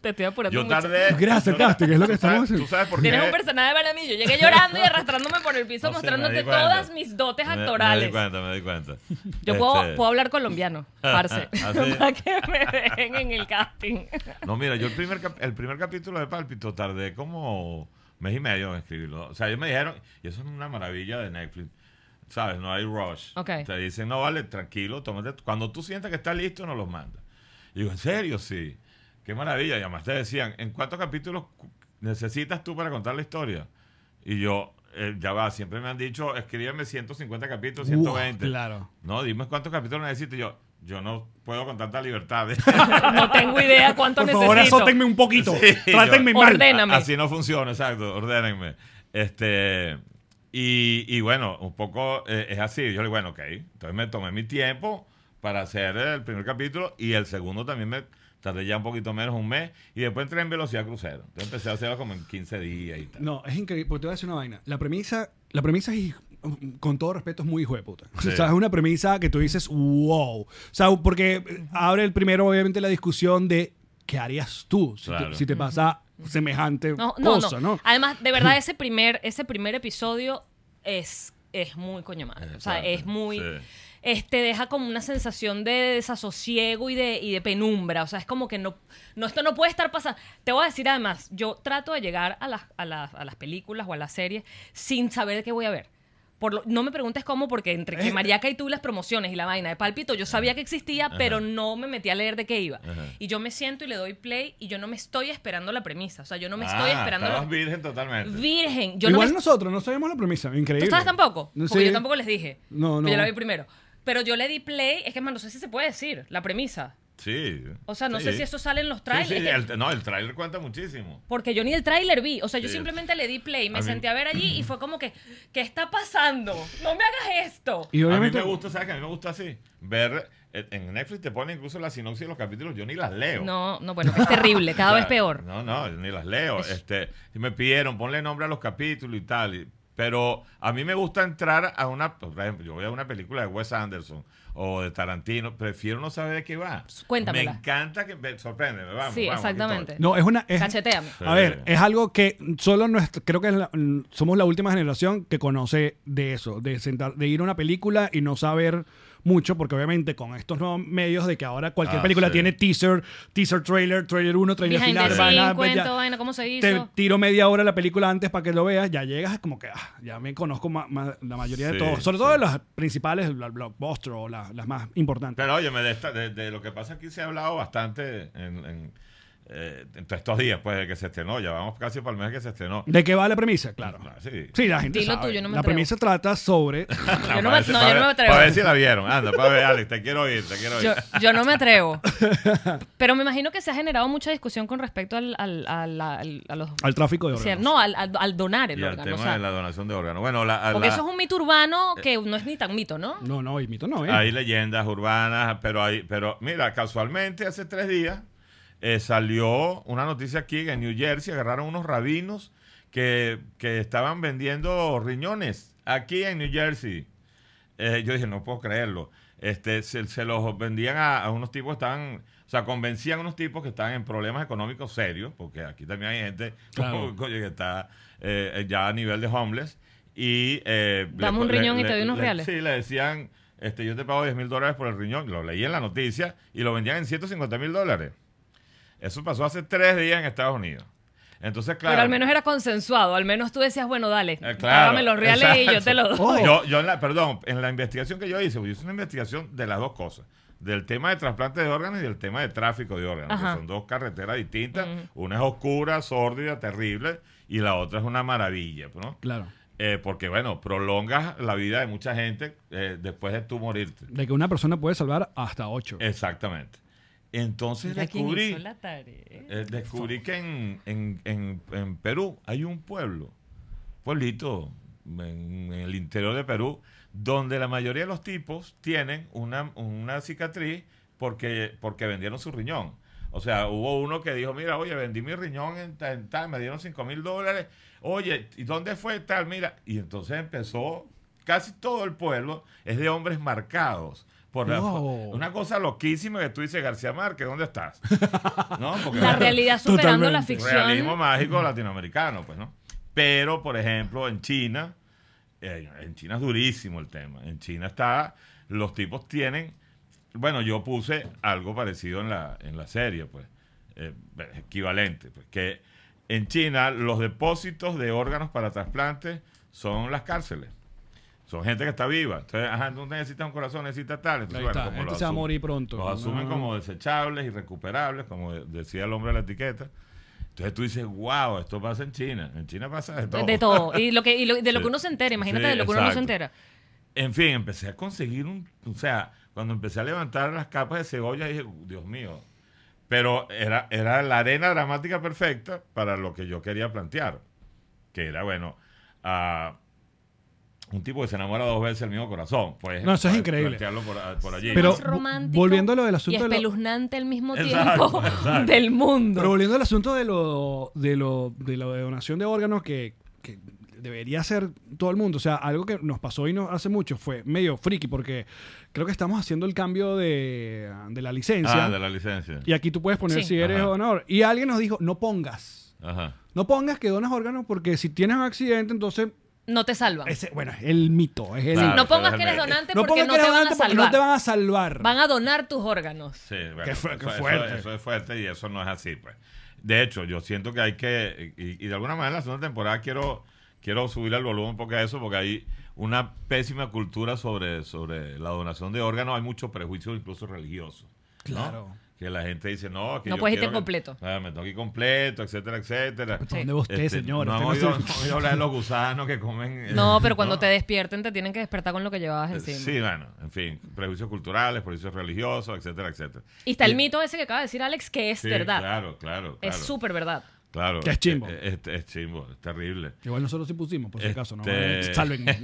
Te estoy apurando Yo mucho. tardé. Gracias, yo- casting, es lo que tú sabes- estamos- Tú sabes por qué. Tienes un personaje de Banamí. Yo llegué llorando y arrastrándome por el piso No sé, me mostrándote di cuenta. todas mis dotes Me- Me actorales. di cuenta, me di cuenta. Yo puedo, Este, puedo hablar colombiano, parce. [laughs] Ah, sí. [laughs] para que me dejen en el casting. No, mira, yo el primer, cap- el primer capítulo de Pálpito tardé como mes y medio en escribirlo. O sea, ellos me dijeron, y eso es una maravilla de Netflix. ¿Sabes? No hay rush. Ok. Te dicen, no vale, tranquilo, tómate. tu- Cuando tú sientas que está listo, nos los mandas. Y digo, ¿en serio? Sí. Qué maravilla. Y además te decían, ¿en cuántos capítulos cu- necesitas tú para contar la historia? Y yo, eh, ya va, siempre me han dicho, escríbeme 150 capítulos, 120. Wow, claro. No, dime cuántos capítulos necesito. Y yo, yo no puedo con tanta libertad. [laughs] No tengo idea cuánto Por favor, necesito. azótenme un poquito. Sí, Trátenme yo- mal. Ordena. Ordéname. A- Así no funciona, exacto. Ordénenme. Este, y, y bueno, un poco eh, es así. Yo le digo, bueno, ok. Entonces me tomé mi tiempo para hacer el primer capítulo y el segundo también me tardé ya un poquito menos, un mes. Y después entré en velocidad crucero. Entonces empecé a hacerlo como en 15 días y tal. No, es increíble, porque te voy a decir una vaina. La premisa, la premisa es, um, con todo respeto, es muy hijo de puta. O sea, es una premisa que tú dices, wow. O sea, porque eh, abre el primero, obviamente, la discusión de qué harías tú si, Claro. te, si te pasa semejante No, no, cosa, no. este ¿no? Además, de verdad, ese primer, ese primer episodio es, es muy coño madre. O sea, Exacto, es muy. sí. Este deja como una sensación de desasosiego y de, y de penumbra. O sea, es como que no, no, esto no puede estar pasando. Te voy a decir además, yo trato de llegar a las, a las, a las películas o a las series sin saber qué voy a ver. Por lo- no me preguntes cómo, porque entre que Mariaca y tú las promociones y la vaina de Palpito, yo sabía que existía, pero no me metí a leer de qué iba. Y yo me siento y le doy play y yo no me estoy esperando la premisa. O sea, yo no me estoy Ah, esperando. estabas la- virgen totalmente. Virgen. Yo Igual no me- nosotros no sabemos la premisa, increíble. ¿Tú sabes tampoco? No Porque sé. yo tampoco les dije. No, Pero no. Yo la vi primero. Pero yo le di play. Es que, man, no sé si se puede decir la premisa. Sí. O sea, no sé Sí. si eso sale en los Sí, trailers. sí, Es que- el- no, el trailer cuenta muchísimo. porque yo ni el tráiler vi. O sea, yo Sí. simplemente le di play. Me A mí- senté a ver allí y fue como que, ¿qué está pasando? No me hagas esto. Y obviamente, A mí me gusta, ¿sabes? Que a mí me gusta así. Ver, eh, en Netflix te ponen incluso la sinopsis de los capítulos, yo ni las leo. No, no, bueno, es terrible. Cada [laughs] O sea, vez peor. No, no, yo ni las leo. Este, y me pidieron, ponle nombre a los capítulos y tal. y- pero a mí me gusta entrar a una, por ejemplo, yo voy a una película de Wes Anderson o de Tarantino, prefiero no saber de qué va. Cuéntamela. Me encanta que me sorprende, me vamos. sí, vamos, aquí exactamente. No, es una. Es, Cacheteame. A ver, es algo que solo nuestro, creo que es la- mm, somos la última generación que conoce de eso, de sentar, de ir a una película y no saber mucho, porque obviamente con estos nuevos medios de que ahora cualquier Ah, película sí. tiene teaser, teaser trailer, trailer 1, trailer Behind final, the vaina, scene, vaina, cuento, vaina, ¿cómo se te hizo? tiro media hora la película antes para que lo veas, ya llegas como que ah, ya me conozco ma- ma- la mayoría de Sí, todos, sobre todo de las principales, las blockbuster o las, las más importantes. Pero oye, de, esta- de- de lo que pasa aquí se ha hablado bastante en, en, eh, en todos estos días, pues, de que se estrenó. Ya vamos casi para el mes que se estrenó. ¿De qué va la premisa? Claro. Ah, sí. Sí, la gente Dilo sabe. tú, yo no me la atrevo. premisa trata [laughs] sobre Yo no me- para ver- no, para yo no ver- me atrevo. Para ver si la vieron. Anda, para ver, Alex, te quiero oír, te [laughs] quiero oír. Yo, yo no me [laughs] atrevo. Pero me imagino que se ha generado mucha discusión con respecto al, al- al- al- a los... al tráfico de o sea, órganos. no, al, al- al donar el y al órgano. tema o sea, de la donación de órganos. Bueno, la- a porque la- Eh, eso es un mito urbano que no es ni tan mito, ¿no? No, no, y mito no, ¿eh? hay leyendas urbanas, pero hay, pero mira, casualmente hace tres días eh, salió una noticia aquí que en New Jersey agarraron unos rabinos que, que estaban vendiendo riñones aquí en New Jersey. Eh, yo dije, no puedo creerlo. Este, se, se los vendían a, a unos tipos que estaban, o sea, convencían a unos tipos que estaban en problemas económicos serios, porque aquí también hay gente Claro. coño, [laughs] que está eh, ya a nivel de homeless. Y, eh, Dame un riñón y te doy unos le- reales. Sí, le decían, este, yo te pago 10 mil dólares por el riñón. Lo leí en la noticia y lo vendían en 150 mil dólares. Eso pasó hace tres días en Estados Unidos. Entonces, claro. Pero al menos era consensuado. Al menos tú decías, bueno, dale, Eh, págame los reales y yo exacto. Oh, te los doy. Yo, yo en la, perdón, en la investigación que yo hice, yo hice una investigación de las dos cosas. Del tema de trasplante de órganos y del tema de tráfico de órganos, Ajá. que son dos carreteras distintas. Una es oscura, sórdida, terrible, y la otra es una maravilla, ¿no? Claro. Eh, porque, bueno, prolongas la vida de mucha gente eh, después de tú morirte. De que una persona puede salvar hasta ocho. Eh. Exactamente. Entonces Mira quién descubrí, hizo la tarea. eh, descubrí que en, en- en- en Perú hay un pueblo, pueblito en, en el interior de Perú, donde la mayoría de los tipos tienen una, una cicatriz porque, porque vendieron su riñón. O sea, hubo uno que dijo, mira, oye, vendí mi riñón en ta- en tal, me dieron 5 mil dólares. Oye, ¿y dónde fue tal? Mira. Y entonces empezó, casi todo el pueblo es de hombres marcados por la- Wow. una cosa loquísima que tú dices, García Márquez, ¿dónde estás? [laughs] ¿No? Porque, La bueno, realidad superando la Totalmente. ficción. Realismo mágico latinoamericano, pues, ¿no? Pero, por ejemplo, en China, eh, en China es durísimo el tema. En China está, los tipos tienen, bueno, yo puse algo parecido en la, en la serie, pues, eh, equivalente, pues, que en China los depósitos de órganos para trasplantes son las cárceles. Son gente que está viva. Entonces, ajá, no necesita un corazón, necesita tal. Entonces, Ahí bueno, está, como este lo se va a asumen- morir pronto. Los asumen No. como desechables, irrecuperables, como de- decía el hombre de la etiqueta. Entonces tú dices, wow, esto pasa en China. En China pasa de todo. De todo. Y, lo que, y lo- de lo Sí. que uno se entera, imagínate Sí, de lo que uno no se exacto. entera. En fin, empecé a conseguir un... O sea, cuando empecé a levantar las capas de cebolla, dije, "Uh, Dios mío. Pero era, era la arena dramática perfecta para lo que yo quería plantear. Que era, bueno, a un tipo que se enamora dos veces del mismo corazón. Pues, No, eso es para increíble. plantearlo por, por allí. Pero, más romántico vo- volviendo a lo del y asunto de lo- espeluznante al mismo Exacto, tiempo exacto. del mundo. Pero volviendo al asunto de lo de lo de la donación de órganos que, que debería hacer todo el mundo, o sea, algo que nos pasó y nos hace mucho fue medio friki porque creo que estamos haciendo el cambio de, de la licencia ah, de la licencia. y aquí tú puedes poner Sí. si eres Ajá. donador y alguien nos dijo no pongas, Ajá. no pongas que donas órganos porque si tienes un accidente entonces no te salvan. ese, bueno es el mito, es el Claro. no pongas que pero es eres el- donante no porque pongas no que te eres van a donante porque no salvar. te van a salvar. Van a donar tus órganos. Sí, bueno, Qué fu- eso- qué eso- fuerte. Eso, es fuerte y eso no es así, pues. De hecho, yo siento que hay que, y, y de alguna manera en la segunda temporada quiero, quiero subir el volumen un poco a eso, porque hay una pésima cultura sobre, sobre la donación de órganos, hay muchos prejuicios incluso religiosos. ¿no? Claro. Que la gente dice, no, que No yo puedes irte quiero que- completo. Ah, me tengo que ir completo, etcétera, etcétera. ¿Dónde usted, Este, señor? No, Usted han no oído, se- no han oído hablar de los gusanos que comen. eh, No, pero cuando [laughs] ¿no? Eh, te despierten te tienen que despertar con lo que llevabas encima. Sí, bueno, en fin, prejuicios culturales, prejuicios religiosos, etcétera, etcétera. Y está el mito ese que acaba de decir Alex, que es Sí, verdad. Claro, claro, claro. Es súper verdad. Claro. Que es chimbo. Es, es- es chimbo, es terrible. Igual nosotros sí pusimos, por si acaso, ¿no? [laughs] Este- [laughs] Sálvenme.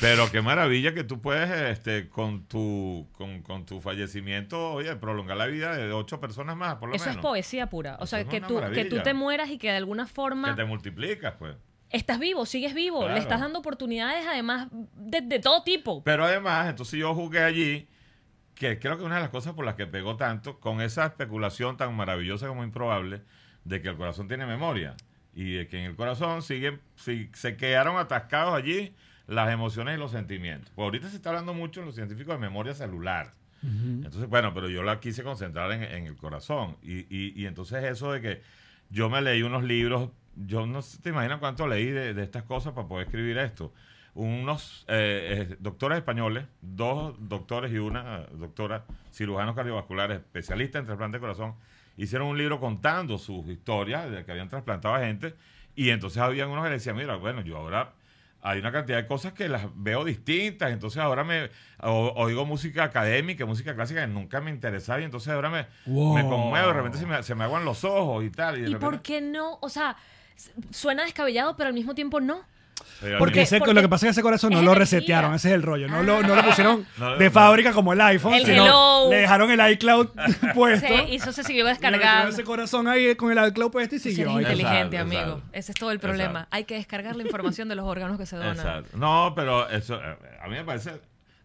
Pero qué maravilla que tú puedes, este, con tu, con, con tu fallecimiento, oye, prolongar la vida de ocho personas más, por lo Eso es menos. poesía pura. O Eso sea, es que una tú, que tú maravilla. te mueras y que de alguna Que forma te multiplicas, pues. estás vivo, sigues vivo, Claro. le estás dando oportunidades además de, de todo tipo. Pero además, entonces yo jugué allí, que creo que una de las cosas por las que pegó tanto, con esa especulación tan maravillosa como improbable, de que el corazón tiene memoria y de que en el corazón siguen, si- se quedaron atascados allí las emociones y los sentimientos. Pues ahorita se está hablando mucho en los científicos de memoria celular. Entonces, bueno, pero yo la quise concentrar en, en el corazón. Y, y- y entonces eso de que yo me leí unos libros, yo no sé, te imaginas cuánto leí de, de estas cosas para poder escribir esto. Unos eh, eh, doctores españoles, dos doctores y una eh, doctora, cirujanos cardiovasculares, especialistas en trasplante de corazón, hicieron un libro contando sus historias de que habían trasplantado a gente. Y entonces habían unos que le decían, mira, bueno, yo ahora hay una cantidad de cosas que las veo distintas, entonces ahora me o- oigo música académica, música clásica que nunca me interesaba y entonces ahora me, Wow. me conmuevo, de repente se me, se me aguan los ojos y tal. de ¿Y por repente- qué no? O sea, s- suena descabellado, pero al mismo tiempo [laughs] no. Pero Porque, al ese- porque lo que pasa es que ese corazón no es lo energía. resetearon, ese es el rollo. No, [laughs] lo, no lo pusieron No, de no. fábrica como el iPhone. El sino hello. Le dejaron el [laughs] iCloud puesto. Se, y eso se siguió y le metieron descargando. ese corazón ahí con el iCloud puesto y Tú eres siguió. ahí. inteligente, Exacto, amigo. exacto. Ese es todo el problema. Exacto. Hay que descargar la información de los órganos que se donan. Exacto. No, pero eso eh, a mí me parece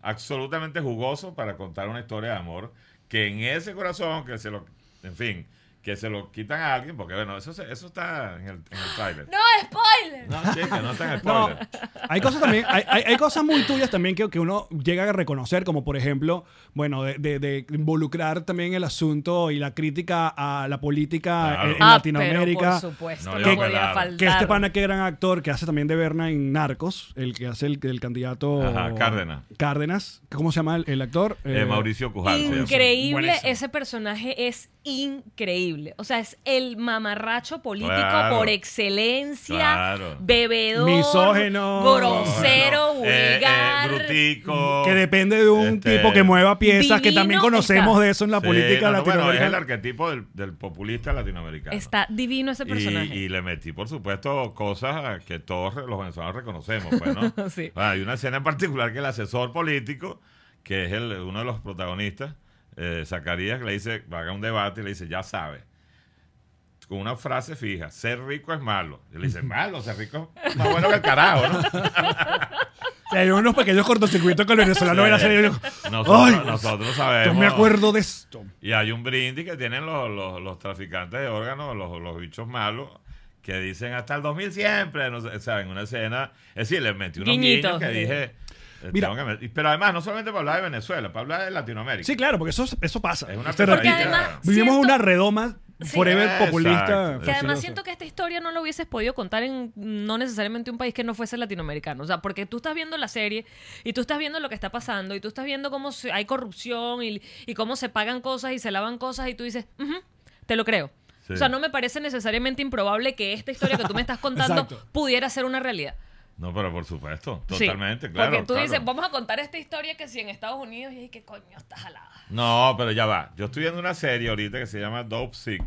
absolutamente jugoso para contar una historia de amor que en ese corazón que se lo en fin, que se lo quitan a alguien porque bueno, eso se- eso está en el, en el trailer. ¡No, spoiler! No, chica, no está en el No, spoiler. hay cosas también, hay, hay- hay cosas muy tuyas también que, que uno llega a reconocer, como por ejemplo, bueno, de, de- de involucrar también el asunto y la crítica a la política Claro. en, en Ah, Latinoamérica. Pero por supuesto, No, no, yo- podía claro. faltar. Que este pana, qué gran actor, que hace también de Berna en Narcos, el que hace el, el candidato. Ajá, Cárdenas. Cárdenas. ¿Cómo se llama el, el actor? Eh, Eh, Mauricio Cujal. se llama. Increíble, Buenísimo. ese personaje es increíble. O sea, es el mamarracho político Claro. por excelencia, Claro. bebedor, Misógino. grosero, Bueno, eh, eh, vulgar. brutico. Que depende de un Este, tipo que mueva piezas, que divino también conocemos está. de eso en la sí, política no, no, bueno, es el latinoamericana. arquetipo del, del populista latinoamericano. Está divino ese Y- personaje. Y, le metí, por supuesto, cosas que todos re- los venezolanos reconocemos. Pues, ¿no? [laughs] Sí. Ah, Hay una escena en particular que el asesor político, que es el, uno de los protagonistas, eh, Zacarías, le dice, haga un debate y le dice, ya sabe. Con una frase fija, [laughs] ser rico es malo. Y le dice, malo, ser rico es más bueno que el carajo, ¿no? O sea, hay unos pequeños cortocircuitos que el venezolano era serio. Eh, Nosotros, Ay, nosotros Yo sabemos. me acuerdo de esto. Y hay un brindis que tienen los, los, los traficantes de órganos, los, los bichos malos, que dicen hasta el 2000 siempre. No sé, o sea, en una escena. Es decir, les metí unos Guiñitos, guiños que sí. dije. eh, Mira. tengo que met- y- Pero además, no solamente para hablar de Venezuela, para hablar de Latinoamérica. Sí, claro, porque eso, eso pasa. Es una Usted Porque repite. además Vivimos siento- una redoma Sí. forever Exacto. populista. Que además facilosa. siento que esta historia no la hubieses podido contar en no necesariamente un país que no fuese latinoamericano. O sea, porque tú estás viendo la serie y tú estás viendo lo que está pasando y tú estás viendo cómo se- hay corrupción y, y cómo se pagan cosas y se lavan cosas y tú dices, "Ujú, te lo creo. Sí. O sea, no me parece necesariamente improbable que esta historia que tú me estás contando Exacto. pudiera ser una realidad. No, pero por supuesto, Sí. totalmente, claro. Porque tú claro. dices, vamos a contar esta historia que si en Estados Unidos y que coño está jalada. No, pero ya va. Yo estoy viendo una serie ahorita que se llama Dope Sick,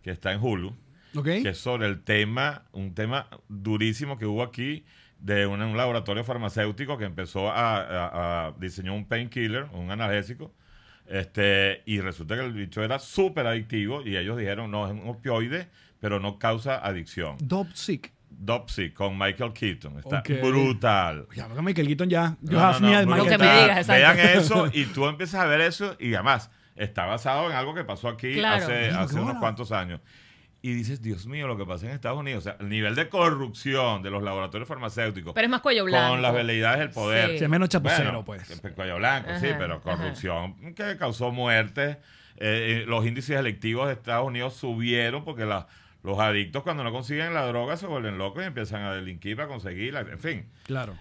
que está en Hulu, ¿Ok? que es sobre el tema, un tema durísimo que hubo aquí de un, un laboratorio farmacéutico que empezó a, a- a- diseñó un painkiller, un analgésico, este, y resulta que el bicho era súper adictivo y ellos dijeron, no, es un opioide, pero no causa adicción. Dope Sick. Dope Sick con Michael Keaton, está Ok. brutal. Ya, porque Michael Keaton ya. Yo No, no, Hafnia no, de porque Michael Lo que me está- digas, exacto. Vean [laughs] eso y tú empiezas a ver eso y además está basado en algo que pasó aquí Claro. hace, Digo, hace qué unos bueno. cuantos años. Y dices, Dios mío, lo que pasa en Estados Unidos. O sea, el nivel de corrupción de los laboratorios farmacéuticos. Pero es más cuello blanco. Con las veleidades del poder. Sí. Sí, es menos chapucero, Bueno, pues. pe- Cuello blanco, sí, Ajá, pero ajá. corrupción que causó muertes. Eh, eh, los índices electivos de Estados Unidos subieron porque la- los adictos cuando no consiguen la droga se vuelven locos y empiezan a delinquir para conseguirla. En fin, Claro.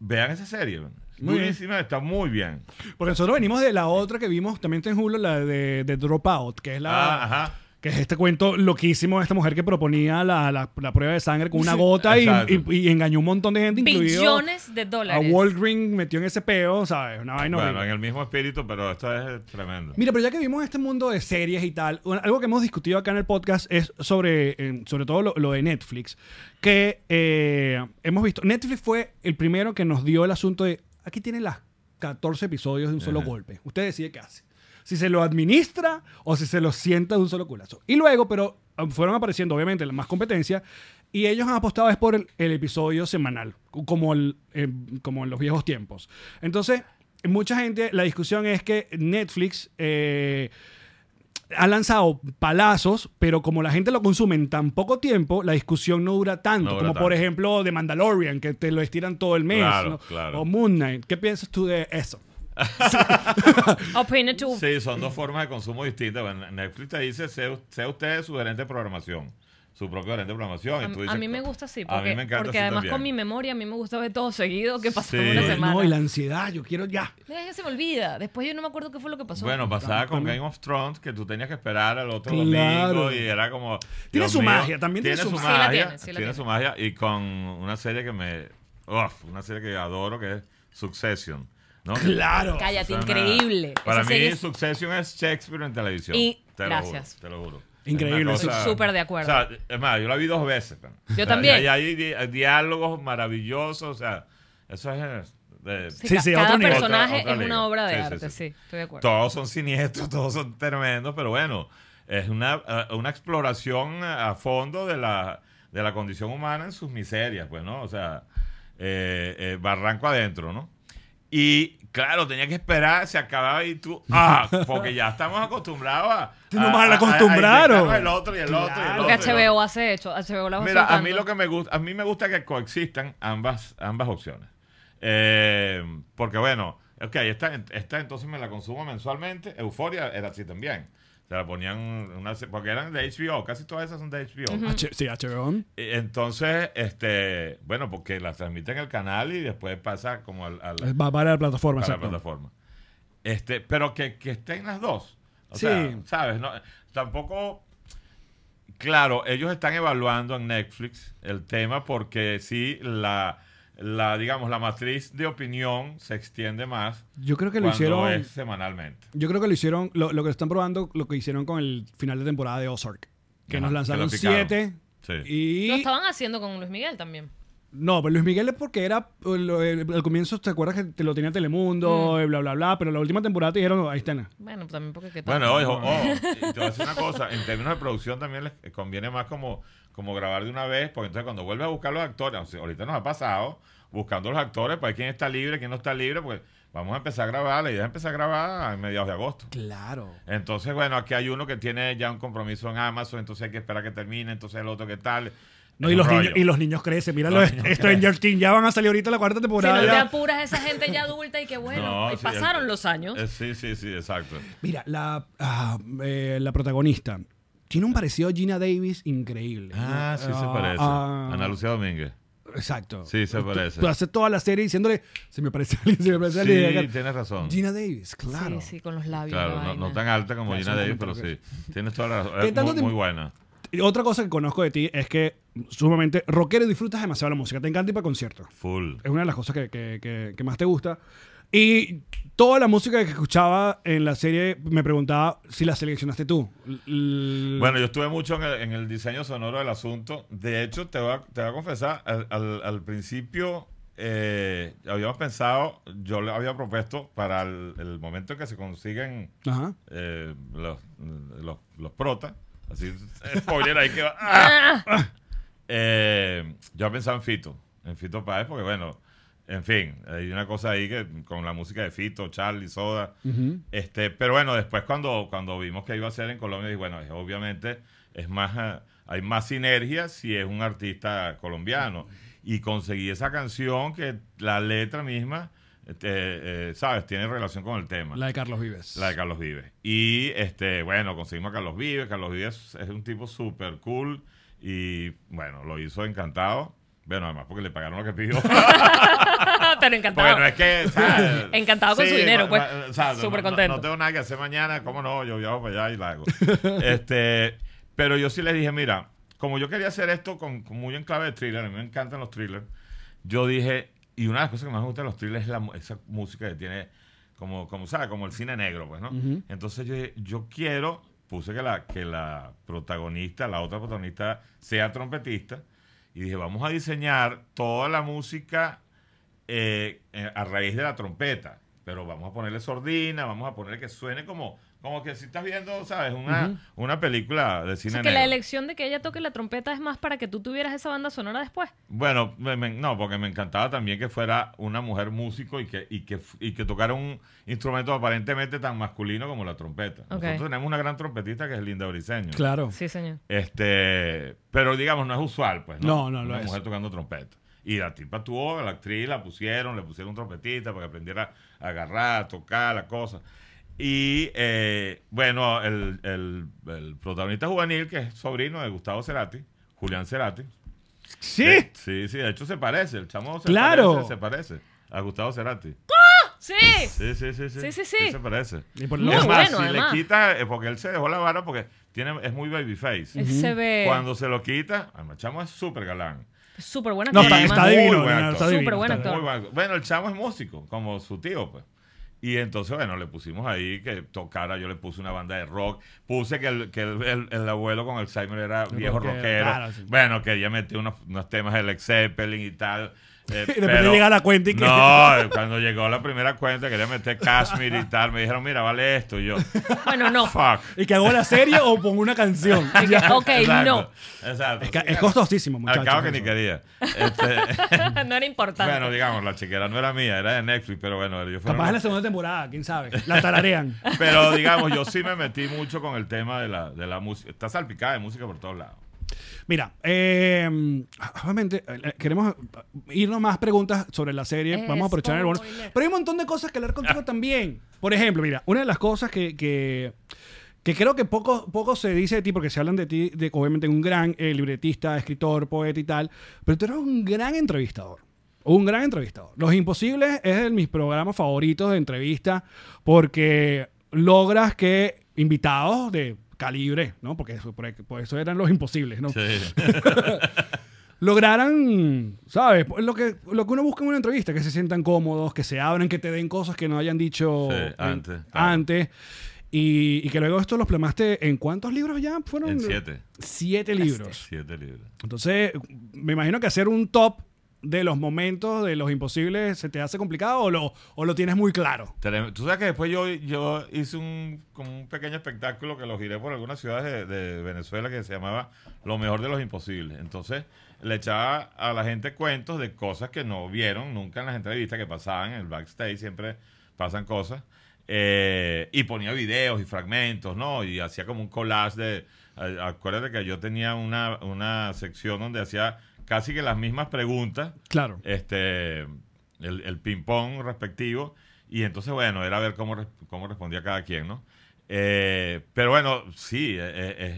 vean esa serie. Muy Buenísima, está muy bien. Porque nosotros venimos de la otra que vimos también está en Hulu, la de, de Dropout, que es la. Ah, ajá. Que es este cuento loquísimo de esta mujer que proponía la, la- la prueba de sangre con una gota y, exacto. y- y engañó un montón de gente, incluido Billones de a dólares. Walgreens metió en ese peo, ¿sabes? Una vaina bueno, horrible. en el mismo espíritu, pero esto es tremendo. Mira, pero ya que vimos este mundo de series y tal, un- algo que hemos discutido acá en el podcast es sobre, eh, sobre todo lo, lo de Netflix, que eh, hemos visto, Netflix fue el primero que nos dio el asunto de, aquí tienen las 14 episodios de un solo Ajá. golpe, usted decide qué hace, si se lo administra o si se lo sienta de un solo culazo. Y luego, pero ah, fueron apareciendo obviamente las más competencias y ellos han apostado es por el, el episodio semanal, como, el, eh, como en los viejos tiempos. Entonces, mucha gente, la discusión es que Netflix... eh, ha lanzado palazos, pero como la gente lo consume en tan poco tiempo, la discusión no dura tanto. No dura como por tanto. ejemplo de Mandalorian, que te lo estiran todo el mes. Claro, ¿no? claro. O Moon Knight. ¿Qué piensas tú de eso? Opina tú. Sí, son dos formas de consumo distintas. Bueno, Netflix te dice, sea, sea usted su gerente de programación, su propio gerente de programación. y A, tú Em, a dices, mí me gusta así, a porque, mí me encanta porque así además también. con mi memoria a mí me gusta ver todo seguido que pasaba Sí. una No, semana. Eh, No, y la ansiedad, yo quiero ya. Mira, ya se me olvida. Después yo no me acuerdo qué fue lo que pasó. Bueno, pasaba con También. Game of Thrones que tú tenías que esperar al otro Claro. domingo y era como. Tiene Dios su magia, también tiene su magia. Sí la tiene, sí la tiene. su magia y con una serie que me. Uf, una serie que adoro que es Succession. ¿no? Claro. Cállate, Suena- increíble. Para Esa mí, serie es- Succession es Shakespeare en televisión. Y- te gracias. Lo juro, te lo juro. Increíble, Es una cosa- sí. Súper de acuerdo. O sea, es más, yo la vi dos veces. pero- o sea, también. Y hay di- diálogos maravillosos. O sea, eso es. eh, Sí, Sí, ca- sí, cada otro nivel. personaje Otra- otra es liga. una obra de Sí, sí, arte, sí, sí. estoy de acuerdo. todos son siniestros, [laughs] todos son tremendos, pero bueno, es una, eh, una exploración a a fondo de la, de la condición humana en sus miserias, pues, ¿no? O sea, eh, eh, barranco adentro, ¿no? Y claro, tenía que esperar, se acababa y tú, [laughs] ah, porque ya estamos acostumbrados a. Tú nos mal acostumbraron. a- a- a el otro y el otro y el Claro. Porque otro y el HBO hace hecho, HBO la va Mira, a soltando. mí lo que me gusta, a mí me gusta que coexistan ambas, ambas opciones. Eh, porque bueno, ok, esta, esta entonces me la consumo mensualmente. Euforia era así también. Se la ponían una, porque eran de HBO, casi todas esas son de HBO. H- sí, HBO. Eh, Entonces, este, bueno, porque las transmiten el canal y después pasa como al, al- Eh, Va para la plataforma. para la exacto. plataforma. Este, pero que, que estén las dos. O Sí. sea, ¿sabes? No, tampoco. Claro, ellos están evaluando en Netflix el tema porque sí, la, la digamos, la matriz de opinión se extiende más Yo creo que lo cuando hicieron. es semanalmente. Yo creo que lo hicieron, lo, lo que están probando, lo que hicieron con el final de temporada de Ozark. Que Ajá, nos que lo lanzaron picaron. siete. Sí. Y. Lo estaban haciendo con Luis Miguel también. No, pero Luis Miguel es porque era lo- el- al comienzo te acuerdas que te lo tenía Telemundo, Mm. y bla bla bla, pero la última temporada te dijeron, ahí están. Bueno, también porque qué tal. Bueno, ojo, ojo, y te voy a decir una cosa, en términos de producción también les conviene más como, como grabar de una vez, porque entonces cuando vuelves a buscar los actores, o sea, ahorita nos ha pasado, buscando los actores para ver quién está libre, quién no está libre, porque vamos a empezar a grabar. La idea es empezar a grabar a mediados de agosto. Claro. Entonces, bueno, aquí hay uno que tiene ya un compromiso en Amazon, entonces hay que esperar que termine, entonces el otro que tal. No, Es y, un los rollo. niños, y los niños crecen. Mira Los los niños Stranger Things. Ya van a salir ahorita la cuarta Si no temporada. te ya. apuras esa gente ya adulta [laughs] y que bueno, No, y sí, pasaron el- los años. Eh, sí, sí, sí, exacto. Mira, la, ah, eh, la protagonista tiene un parecido a Gina Davis increíble. Ah, sí se Ah, parece. ah, Ana Lucía Domínguez. Exacto. Sí se Tú- parece. Tú haces toda la serie diciéndole, se me parece a alguien, se me parece a Sí, alguien. Acá- tienes razón. Gina Davis, claro. Sí, sí, con los labios. Claro, la no, no vaina. tan alta como Ya, Gina son Davis, pero comentarios sí. Tienes toda la razón. ¿Qué Es tanto muy, te- muy buena. Y Otra cosa que conozco de ti es que sumamente rockero y disfrutas demasiado la música. Te encanta ir para conciertos. Full. Es una de las cosas que, que- que- que más te gusta. Y toda la música que escuchaba en la serie me preguntaba si la seleccionaste tú. L- Bueno, yo estuve mucho en el, en el diseño sonoro del asunto. De hecho, te voy a, te voy a confesar, al, al- al principio eh, habíamos pensado, yo le había propuesto para el, el momento en que se consiguen Ajá. eh, los, los, los protas, así, [laughs] spoiler ahí que va. ¡Ah! Eh, yo pensaba en Fito, en Fito Páez, porque bueno, en fin, hay una cosa ahí que con la música de Fito, Charlie, Soda, este, pero bueno, después cuando, cuando vimos que iba a ser en Colombia, y bueno, es- obviamente es más, ah, hay más sinergia si es un artista colombiano. Y conseguí esa canción que la letra misma, este, eh, sabes, tiene relación con el tema. La de Carlos Vives. La de Carlos Vives. Y este, bueno, conseguimos a Carlos Vives. Carlos Vives es un tipo súper cool. Y bueno, lo hizo encantado. Bueno, además porque le pagaron lo que [laughs] pidió. [laughs] Ah, Pero encantado. Bueno, es que. ¿sabes? Encantado con su dinero, pues. ma- ma- ¿sabes? Súper No- no- contento. No, tengo nada que hacer mañana, ¿cómo no? Yo viajo para allá y [laughs] la hago. este, pero yo sí les dije, mira, como yo quería hacer esto con, con muy en clave de thriller, a mí me encantan los thrillers, yo dije, y una de las cosas que más me gusta de los thrillers es la, mu- esa música que tiene, como, como ¿sabes? Como el cine negro, pues, ¿no? Entonces yo dije, yo quiero, puse que la, que la protagonista, la otra protagonista, sea trompetista, y dije, vamos a diseñar toda la música eh, eh, a raíz de la trompeta. Pero vamos a ponerle sordina, vamos a ponerle que suene como, como que si estás viendo, ¿sabes? Una, una película de O cine sea, que la negro. elección de que ella toque la trompeta es más para que tú tuvieras esa banda sonora después. Bueno, me- me- no, porque me encantaba también que fuera una mujer músico y que, y que, f- y que tocara un instrumento aparentemente tan masculino como la trompeta. Ok. Nosotros tenemos una gran trompetista que es Linda Briseño. Claro. Sí, señor. Este, pero digamos, no es usual, pues. No, No, no lo Una es. mujer tocando trompeta. Y la tipa tuvo, la actriz la pusieron, le pusieron un trompetista para que aprendiera a agarrar, a tocar, la cosa. Y eh, bueno, el, el- el protagonista juvenil, que es sobrino de Gustavo Cerati, Julián Cerati. Sí. De- sí, sí, de hecho se parece, el chamo se Claro. parece, se parece a Gustavo Cerati. Sí. Sí, sí, sí, sí. Sí, sí, sí. se parece. Y por Muy es más, bueno, si además. le quita, eh, porque él se dejó la vara porque tiene, es muy babyface. Él se ve Cuando se lo quita, el chamo es súper galán. súper buena No, actriz, está, Y está además. muy divino. buen no, no, actor. está divino, Súper buen está- actor. Muy bueno. Bueno, el chamo es músico, como su tío, pues. Y entonces, bueno, le pusimos ahí que tocara, yo le puse una banda de rock, puse que el, que el, el- el abuelo con Alzheimer era viejo rockero, rockero, claro, sí. bueno, quería meter unos, unos temas de Lex Zeppelin y tal. eh, [laughs] Y de repente llega la cuenta y que- No, eh, cuando llegó la primera cuenta quería meter Kashmir y tal, me dijeron, mira, vale esto, y yo, [laughs] Bueno, [laughs] no. fuck. Y que hago la serie o pongo [laughs] una canción. Ya. Ok, no. Exacto. Es, ca- es costosísimo, Al muchachos. cabo que ni eso. [laughs] quería. [laughs] Este, no era importante. Bueno, digamos, la chequera no era mía, era de Netflix, pero bueno, yo fueron- Capaz en la segunda temporada, quién sabe. La tararean. Pero digamos, yo sí me metí mucho con el tema de la, de la música. Está salpicada de música por todos lados. Mira, eh, obviamente eh, queremos irnos más preguntas sobre la serie. Eh, Vamos a aprovechar el bonus. spoiler. Pero hay un montón de cosas que hablar contigo también. Por ejemplo, mira, una de las cosas que, que, que creo que poco, poco se dice de ti, porque se hablan de ti, de obviamente un gran eh, libretista, escritor, poeta y tal, pero tú eres un gran entrevistador. Un gran entrevistador. Los Imposibles es de mis programas favoritos de entrevista porque logras que invitados de calibre, ¿no? Porque eso- por, por eso eran los imposibles, ¿no? [laughs] lograran, ¿sabes? Lo que, lo que uno busca en una entrevista, que se sientan cómodos, que se abran, que te den cosas que no hayan dicho Sí, en- antes, claro. antes. Y, y que luego esto los plasmaste en cuántos libros ya fueron En siete. siete libros. Siete libros. Entonces, me imagino que hacer un top de los momentos, de los imposibles, se te hace complicado o lo, o lo tienes muy claro? Trem- Tú sabes que después yo, yo hice un, como un pequeño espectáculo que lo giré por algunas ciudades de, de Venezuela que se llamaba Lo mejor de los imposibles. Entonces le echaba a la gente cuentos de cosas que no vieron nunca en las entrevistas que pasaban en el backstage, siempre pasan cosas. Eh, y ponía videos y fragmentos, ¿no? Y hacía como un collage de... a- Acuérdate que yo tenía una, una sección donde hacía casi que las mismas preguntas Claro. este el, el ping-pong respectivo. Y entonces, bueno, era ver cómo, res- cómo respondía cada quien, ¿no? Eh, pero bueno, sí, eh,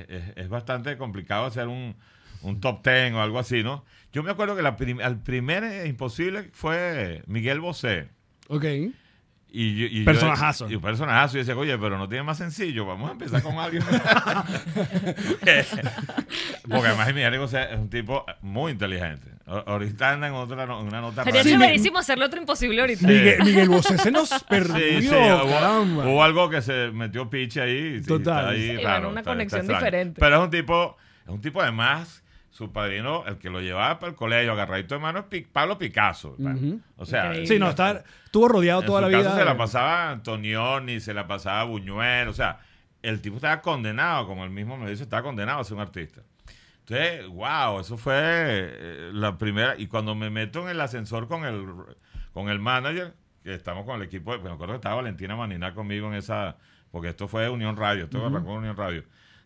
eh, es, es bastante complicado hacer un, un top ten o algo así, ¿no? Yo me acuerdo que la prim- el primer eh, imposible fue Miguel Bosé. Ok. Eh. Y yo- y yo- Personajazo. y un personajazo. Y decía, oye, pero no tiene más sencillo. Vamos a empezar con [laughs] alguien. Porque además Miguel Bosé es un tipo muy inteligente. A- Ahorita anda en otra no- en una nota Sería rara. chéverísimo hacerle otro imposible ahorita. Miguel, Miguel Bosé se nos perdió, [laughs] Sí, sí, caramba. hubo, hubo algo que se metió piche ahí. y sí, Total. está ahí Sí, bueno, raro, una está- conexión está extraño. diferente. Pero es un tipo, es un tipo además, su padrino, el que lo llevaba para el colegio, agarradito de mano, es Pi- Pablo Picasso. hermano. O sea, Increíble. Sí, no, está, estuvo rodeado en toda su la caso vida. se la pasaba a Antonioni, se la pasaba a Buñuel, o sea, el tipo estaba condenado, como él mismo me dice, estaba condenado a ser un artista. Entonces, wow, eso fue eh, la primera. Y cuando me meto en el ascensor con el, con el manager, que estamos con el equipo, de- me acuerdo que estaba Valentina Maniná conmigo en esa, porque esto fue Unión Radio, esto arrancó en Unión Radio.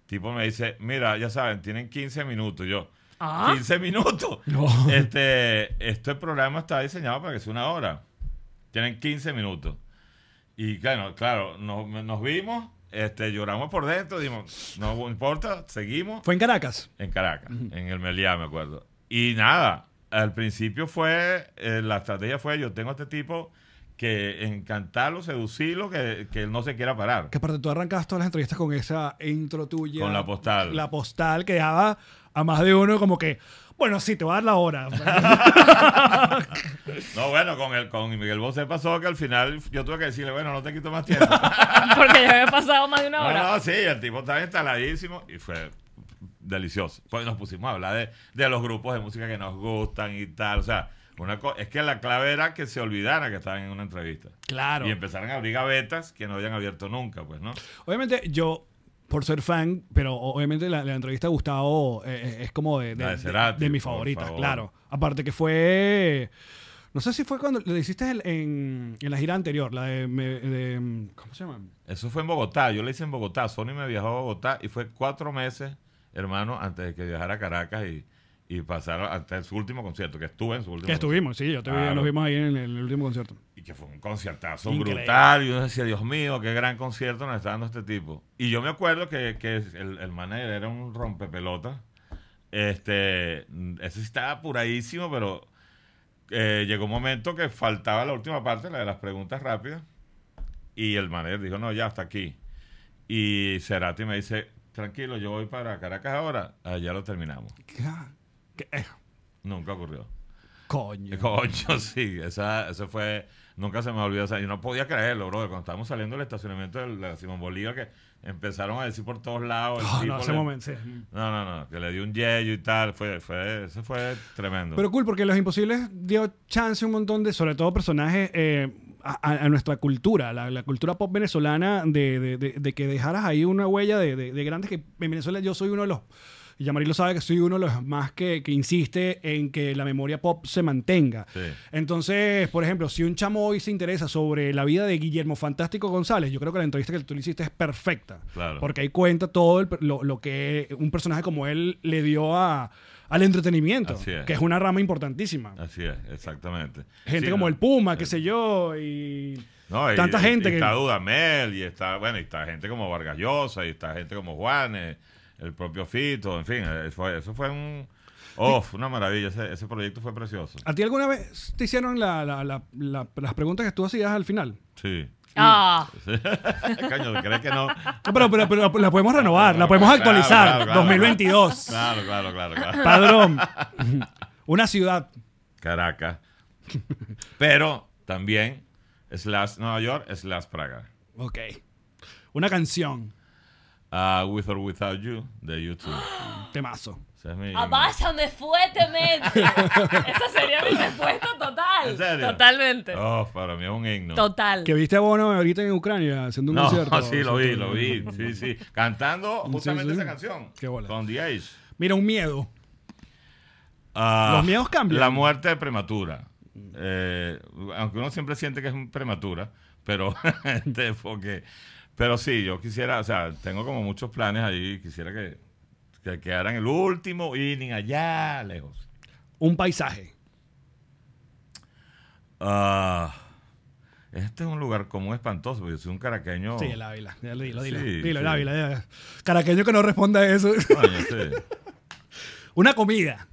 Tipo me dice, mira, ya saben, tienen 15 minutos. Yo, Ah. 15 minutos. Este, este programa está diseñado para que sea una hora. Tienen 15 minutos. Y claro, claro, nos, nos vimos, este, lloramos por dentro, dijimos, no importa, seguimos Fue en Caracas. en Caracas, en el Meliá, me acuerdo. Y nada, al principio fue, eh, la estrategia fue, yo tengo a este tipo que encantarlo, seducirlo, que, que él no se quiera parar. Que aparte tú arrancabas todas las entrevistas con esa intro tuya. Con la postal. La postal que daba a más de uno como que, bueno, sí, te voy a dar la hora. [laughs] No, bueno, con, el, con Miguel Bosé pasó que al final yo tuve que decirle, bueno, no te quito más [laughs] tiempo. [laughs] Porque ya había pasado más de una No, hora. no, sí, el tipo estaba instaladísimo y fue delicioso. Pues nos pusimos a hablar de, de los grupos de música que nos gustan y tal. O sea, una co- es que la clave era que se olvidara que estaban en una entrevista. claro. Y empezaran a abrir gavetas que no habían abierto nunca, pues, ¿no? Obviamente yo, por ser fan, pero obviamente la, la entrevista de Gustavo eh, eh, es como de, de, La de Cerati, de- de mis por favoritas, favor. claro. Aparte que fue... No sé si fue cuando lo hiciste el- en, en la gira anterior, la de, me- de- ¿Cómo se llama? Eso fue en Bogotá. Yo le hice en Bogotá. Sony me viajó a Bogotá y fue cuatro meses, hermano, antes de que viajara a Caracas y, y pasara hasta su último concierto, que estuve en su último Que estuvimos, sí, yo te vi, Claro. nos vimos ahí en el último concierto. Y que fue un conciertazo Increíble. brutal. Y uno decía, Dios mío, qué gran concierto nos está dando este tipo. Y yo me acuerdo que, que el, el manager era un rompepelota. Este, mm, ese sí estaba apuradísimo, pero eh, llegó un momento que faltaba la última parte, la de las preguntas rápidas. Y el manager dijo, no, ya hasta aquí. Y Cerati me dice, tranquilo, yo voy para Caracas ahora. Allá lo terminamos. ¿Qué? Eh, Nunca ocurrió. [laughs] coño. Coño, sí, esa, eso fue, nunca se me olvidó, o sea, yo no podía creerlo, brother, cuando estábamos saliendo del estacionamiento de la Simón Bolívar, que empezaron a decir por todos lados, el Ah, No, tipo no, ese le- momento, sí. no, no, no, que le dio un yello y tal, fue, fue, eso fue tremendo. Pero cool, porque Los Imposibles dio chance a un montón de, sobre todo personajes, eh, a, a- a nuestra cultura, la, la cultura pop venezolana, de, de- de- de que dejaras ahí una huella de, de- de grandes que en Venezuela yo soy uno de los... Y Yamari lo sabe que soy uno de los más que, que insiste en que la memoria pop se mantenga. Sí. Entonces, por ejemplo, si un chamo hoy se interesa sobre la vida de Guillermo Fantástico González, yo creo que la entrevista que tú le hiciste es perfecta. Claro. Porque ahí cuenta todo el- lo, lo que un personaje como él le dio a, al entretenimiento, Así es. que es una rama importantísima. Así es, exactamente. Gente Ah, Sí, como no, el Puma, qué eh, sé yo, y no, y- tanta y- gente y que... está Dudamel, y está, bueno, y está gente como Vargas Llosa, y está gente como Juanes, el propio Fito, en fin, eh, fue- eso fue un, oh, fue una maravilla, ese, ese proyecto fue precioso. ¿A ti alguna vez te hicieron la- la- la- la- las preguntas que tú hacías al final? Sí. [laughs] Ah, Caño, ¿crees que no? No, Ah, Pero, pero, pero la podemos renovar, la podemos Claro, actualizar. claro, claro. 2022. [laughs] Claro, claro, claro, claro. Padrón. [laughs] Una ciudad. Caracas. Pero también slash Nueva York, slash Praga. Ok. Una canción. Ah, With or Without You de YouTube. Temazo. Esa es mi- Abásame [laughs] fuertemente. Esa sería mi respuesta total. ¿En serio? Totalmente. Oh, para mí es un himno. Total. Que viste a Bono ahorita en Ucrania haciendo un no, concierto. [laughs] sí, lo vi, lo vi. Sí, sí. Cantando justamente sí. esa canción. Qué bola. Con The Ace. Mira, un miedo. Ah, Los miedos cambian. La muerte prematura. Eh, aunque uno siempre siente que es un prematura, pero [laughs] este, porque, pero sí, yo quisiera, o sea, tengo como muchos planes ahí, quisiera que, que quedaran el último inning allá lejos. Un paisaje. Ah, este es un lugar como espantoso, porque yo soy un caraqueño. Sí, el Ávila. Ya lo Dilo, dilo. Sí, dilo, el sí. Ávila. ya. Caraqueño que no responda a eso. [laughs] Coño, sí. Una comida.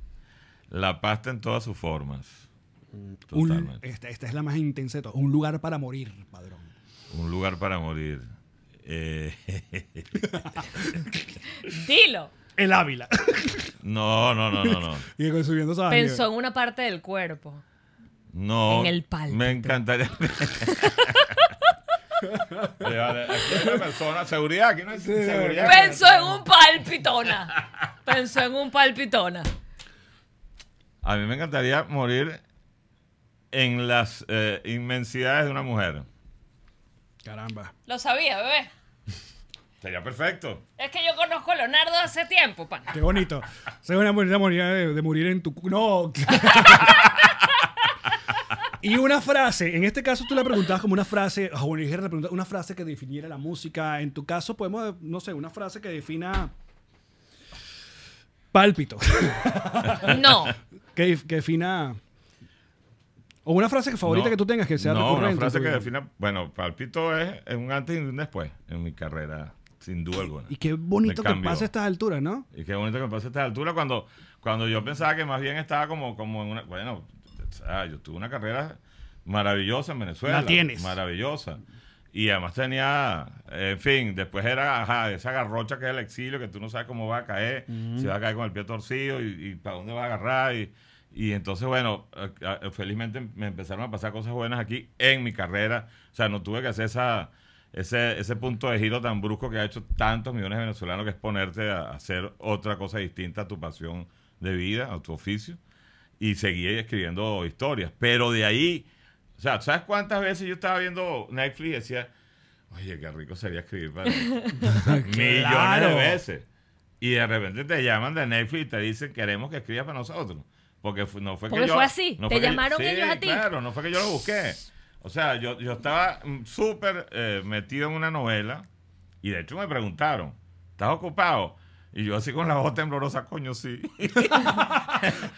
La pasta en todas sus formas. Un- Totalmente. esta, esta es la más intensa de todas. Un lugar para morir, padrón. Un, lugar para morir. Eh, [laughs] Dilo. El Ávila. no, no, no, no, no. [laughs] y con- subiendo esa Pensó en una parte del cuerpo. No. En el pálpito. Me encantaría. [laughs] Vale, vale, aquí hay una persona, seguridad, aquí no hay seguridad. Pensó en un [laughs] palpitona. Pensó en un palpitona. A mí me encantaría morir en las eh, inmensidades de una mujer. Caramba. Lo sabía, bebé. Sería perfecto. Es que yo conozco a Leonardo hace tiempo, pana. Qué bonito. Se van a morir, a morir eh, de, de morir en tu cu- No. [laughs] y una frase, en este caso tú la preguntabas como una frase, a Juan Ligera le preguntaba una frase que definiera la música. En tu caso podemos, no sé, una frase que defina pálpito, [laughs] No. que, def- que defina o una frase que favorita No, que tú tengas que sea No, una recurrente pues. en frase tu que vida. defina. Bueno, Palpito es es un antes y un después en mi carrera, sin duda alguna. Y qué bonito Me que cambió. pasa a estas alturas, ¿no? Y qué bonito que pase a esta altura cuando, cuando yo pensaba que más bien estaba como, como en una. Bueno, o sea, yo tuve una carrera maravillosa en Venezuela. La tienes. Maravillosa. Y además tenía, en fin, después era ajá, esa garrocha que es el exilio, que tú no sabes cómo va a caer, si va a caer con el pie torcido y, para dónde va a agarrar. Y, y entonces, bueno, eh, eh, felizmente me empezaron a pasar cosas buenas aquí en mi carrera. O sea, no tuve que hacer esa, ese, ese punto de giro tan brusco que ha hecho tantos millones de venezolanos, que es ponerte a hacer otra cosa distinta a tu pasión de vida, a tu oficio y seguí escribiendo historias. Pero de ahí, o sea, ¿sabes cuántas veces yo estaba viendo Netflix y decía, oye, qué rico sería escribir para mí"? [laughs] O sea, Millones de [laughs] Claro. veces. Y de repente te llaman de Netflix y te dicen, queremos que escribas para nosotros. Porque fu- no fue Porque que yo. fue así, no te fue que yo- llamaron Sí, ellos a ti. Claro, no fue que yo lo busqué. O sea, yo, yo estaba mm, súper eh, metido en una novela y de hecho me preguntaron, ¿estás ocupado? Y yo así con la voz temblorosa, coño, sí. [laughs]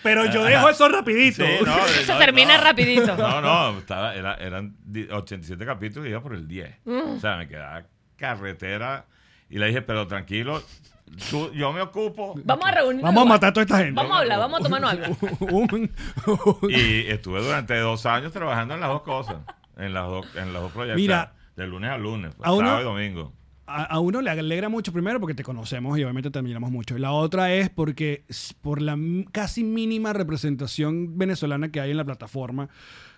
Pero yo dejo eso rapidito. Sí, [laughs] no, Eso no, termina no. rapidito. No, no, estaba, era- eran di- 87 capítulos y iba por el 10. Mm. O sea, me quedaba carretera y le dije, pero tranquilo, tú- yo me ocupo. Vamos a reunirnos. Vamos a matar a toda esta gente. Vamos a hablar, vamos a tomarnos algo. [laughs] Un- un- Y estuve durante dos años trabajando en las dos cosas, en las dos, en los dos proyectos. Mira. de lunes a lunes, pues, A uno- sábado y domingo. a, a uno le alegra mucho primero porque te conocemos y obviamente te admiramos mucho. Y la otra es porque s- por la m- casi mínima representación venezolana que hay en la plataforma.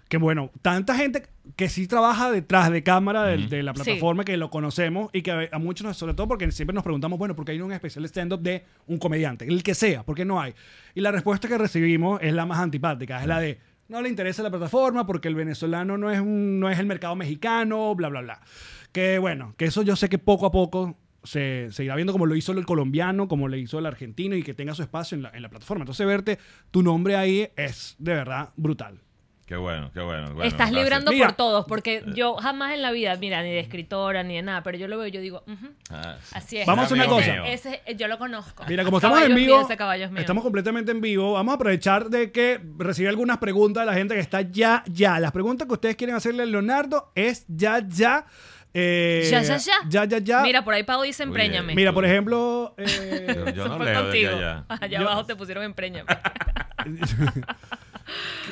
Que bueno, tanta gente que sí trabaja detrás de cámara del- de, la Sí. plataforma que lo conocemos y que a, a muchos, nos- sobre todo porque siempre nos preguntamos, bueno, ¿por qué hay un especial stand-up de un comediante? El que sea, ¿por qué no hay? Y la respuesta que recibimos es la más antipática, es la de, no le interesa la plataforma porque el venezolano no es, un- no es el mercado mexicano, bla, bla, bla. Que bueno, que eso yo sé que poco a poco se, se irá viendo como lo hizo el colombiano, como lo hizo el argentino y que tenga su espacio en la, en la plataforma. Entonces verte tu nombre ahí es de verdad brutal. Qué bueno, qué bueno. bueno, Estás gracias. librando Mira. por todos, Eh. porque yo jamás en la vida, mira, ni de escritora, ni de nada, pero yo lo veo y yo digo, ujú, Ah, así es. Vamos a hacer una Amigo cosa. mío. Ese, eh, yo lo conozco. Mira, [laughs] como estamos en Caballos vivo, míos, ese caballo es mío. estamos completamente en vivo. Vamos a aprovechar de que recibí algunas preguntas de la gente que está ya, ya. Las preguntas que ustedes quieren hacerle a Leonardo es ya, ya. eh, ya, ya, ya. Ya, ya, ya. Mira, pues. por ahí Pau dice Muy empréñame. bien. Mira, por ejemplo, eh, [laughs] Yo, yo Eso no fue leo de contigo. allá. [laughs] Allá Yo- Ah, abajo te pusieron empréñame.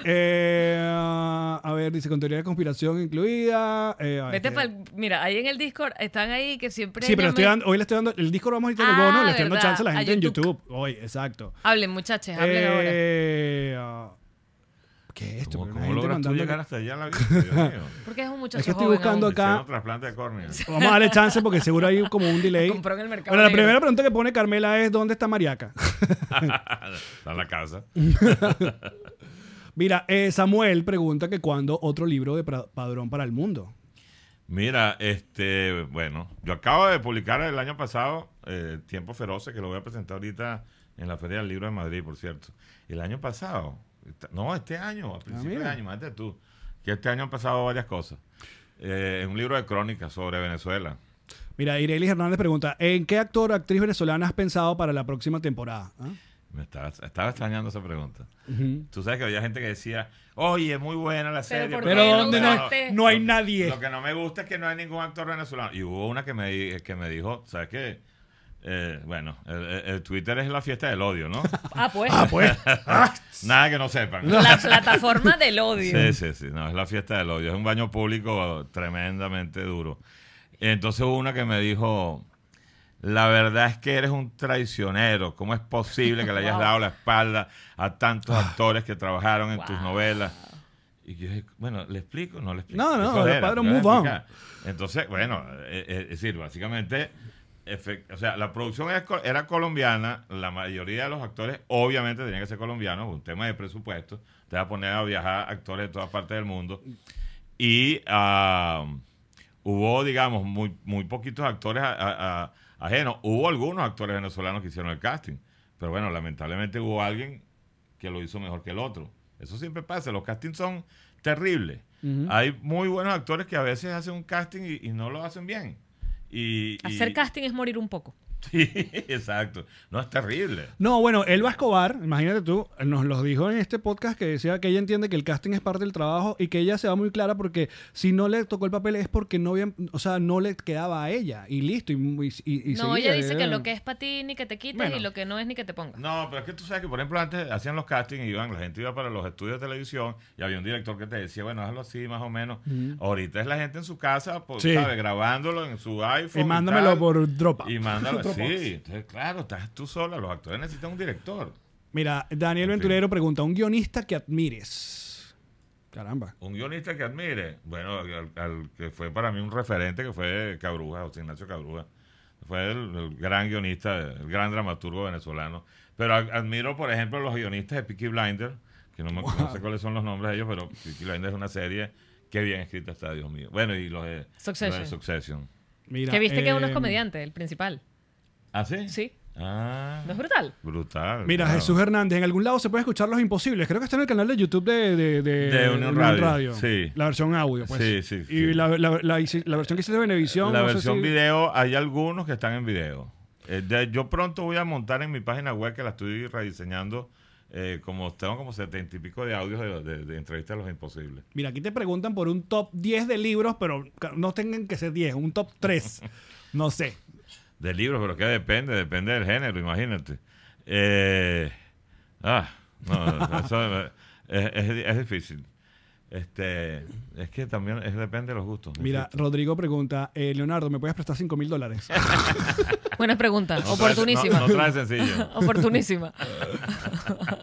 eh, a ver, dice con teoría de conspiración incluida. eh, a ver, Vete que- pa'l- Mira, ahí en el Discord están ahí que siempre. Sí, pero llaman- estoy dando- hoy le estoy dando el disco, vamos a ir el Ah, bono, le estoy dando verdad, chance a la a gente en YouTube. YouTube hoy, exacto. Hablen, muchachos, hablen ahora. Eh, ah, ¿Qué es esto? Pero ¿Cómo, cómo la gente logras tú mandando- llegar hasta allá en la vida? Dios mío. Porque es un muchacho Es que estoy joven buscando aún. Acá- Hicieron trasplante de córnea. Pues Vamos a darle chance porque seguro hay como un [laughs] delay. Compró en el mercado Bueno, la negro. primera pregunta que pone Carmela es ¿dónde está Mariaca? [laughs] Está en la casa. Mira, eh, Samuel pregunta que cuándo otro libro de pra- Padrón para el Mundo. Mira, este, bueno, yo acabo de publicar el año pasado eh, Tiempo Feroce, que lo voy a presentar ahorita en la Feria del Libro de Madrid, por cierto. El año pasado, esta- no, este año, a principios de mira. año, imagínate tú, que este año han pasado varias cosas. Eh, es un libro de crónicas sobre Venezuela. Mira, Irelis Hernández pregunta, ¿en qué actor o actriz venezolana has pensado para la próxima temporada? ¿Ah? Me estaba, estaba extrañando esa pregunta. Tú sabes que había gente que decía, oye, es muy buena la serie. ¿por Pero qué no ¿dónde no, usaste? no hay Lo- nadie? Lo que no me gusta es que no hay ningún actor venezolano. Y hubo una que me, di- que me dijo, ¿sabes qué? Eh, bueno, el, el- el Twitter es la fiesta del odio, ¿no? [laughs] Ah, pues. Pues, ah, Nada que no sepan. La plataforma del odio. Sí, sí, sí. No, es la fiesta del odio. Es un baño público tremendamente duro. Entonces hubo una que me dijo, la verdad es que eres un traicionero. ¿Cómo es posible que le hayas Wow. dado [laughs] la espalda a tantos Ah. actores que trabajaron en tus Wow. novelas? Y yo dije, bueno, ¿le explico? No le explico. No, no, Eso los era, padres no le move on. explicaba. Entonces, bueno, eh, eh, es decir, básicamente, efe- o sea, la producción era, co- era colombiana, la mayoría de los actores obviamente tenían que ser colombianos, un tema de presupuesto, te vas a poner a viajar actores de todas partes del mundo. Y ah, hubo, digamos, muy, muy poquitos actores a- a- a- ajenos. Hubo algunos actores venezolanos que hicieron el casting, pero bueno, lamentablemente hubo alguien que lo hizo mejor que el otro. Eso siempre pasa, los castings son terribles. Hay muy buenos actores que a veces hacen un casting y, y no lo hacen bien. Y, y- Hacer casting es morir un poco. [laughs] Sí, exacto. No, es terrible. No, bueno, Elba Escobar, imagínate tú, nos lo dijo en este podcast que decía que ella entiende que el casting es parte del trabajo y que ella se va muy clara porque si no le tocó el papel es porque no habían, o sea, no le quedaba a ella y listo. Y, y- y- y no, seguía, ella dice que eh. lo que es para ti ni que te quites Bueno. y lo que no es ni que te pongas. No, pero es que tú sabes que, por ejemplo, antes hacían los castings y iban, la gente iba para los estudios de televisión y había un director que te decía, bueno, hazlo así, más o menos. Mm. Ahorita es la gente en su casa, pues, Sí. ¿sabes? Grabándrolo en su iPhone. Y mándamelo tal. por [laughs] dropa. Y mándalo, Dropbox. sí. Entonces, claro, estás tú sola. Los actores necesitan un director. Mira, Daniel En fin. Venturero pregunta, un guionista que admires. Caramba. Un guionista que admire. Bueno, al, al que fue para mí un referente, que fue Cabruja, José Ignacio Cabruja. Fue el, el gran guionista, el gran dramaturgo venezolano. Pero a- admiro, por ejemplo, los guionistas de Peaky Blinder, que no, me, no sé cuáles son los nombres de ellos, pero Peaky Blinder es una serie que bien escrita está, Dios mío. Bueno, y los de Succession. los de Succession. Mira, que viste que uno es eh, comediante, el principal. ¿Ah, sí? Sí. Ah, ¿No es [laughs] brutal? brutal. Mira, claro. Jesús Hernández, en algún lado se puede escuchar Los Imposibles. Creo que está en el canal de YouTube de, de, De Unión Radio, sí. La versión audio, pues. Sí, sí, Y sí. La, la- la hici- la versión que hiciste de Venevisión. La no sé versión si- video, hay algunos que están en video. Eh, de- yo pronto voy a montar en mi página web que la estoy rediseñando. eh, como tengo como setenta y pico de audios de, de- de entrevistas a los imposibles. Mira, aquí te preguntan por un top 10 de libros, pero ca- no tengan que ser 10, un top [laughs] 3. No sé. De libros, pero que depende, depende del género, imagínate. Eh, ah, no, eso es, es- es difícil. Este, es que también es, depende de los gustos. Mira, Rodrigo pregunta, eh, Leonardo, ¿me puedes prestar 5 mil dólares? [laughs] Buena pregunta. No trae- Oportunísima. No, no trae sencillo. [laughs] Oportunísima.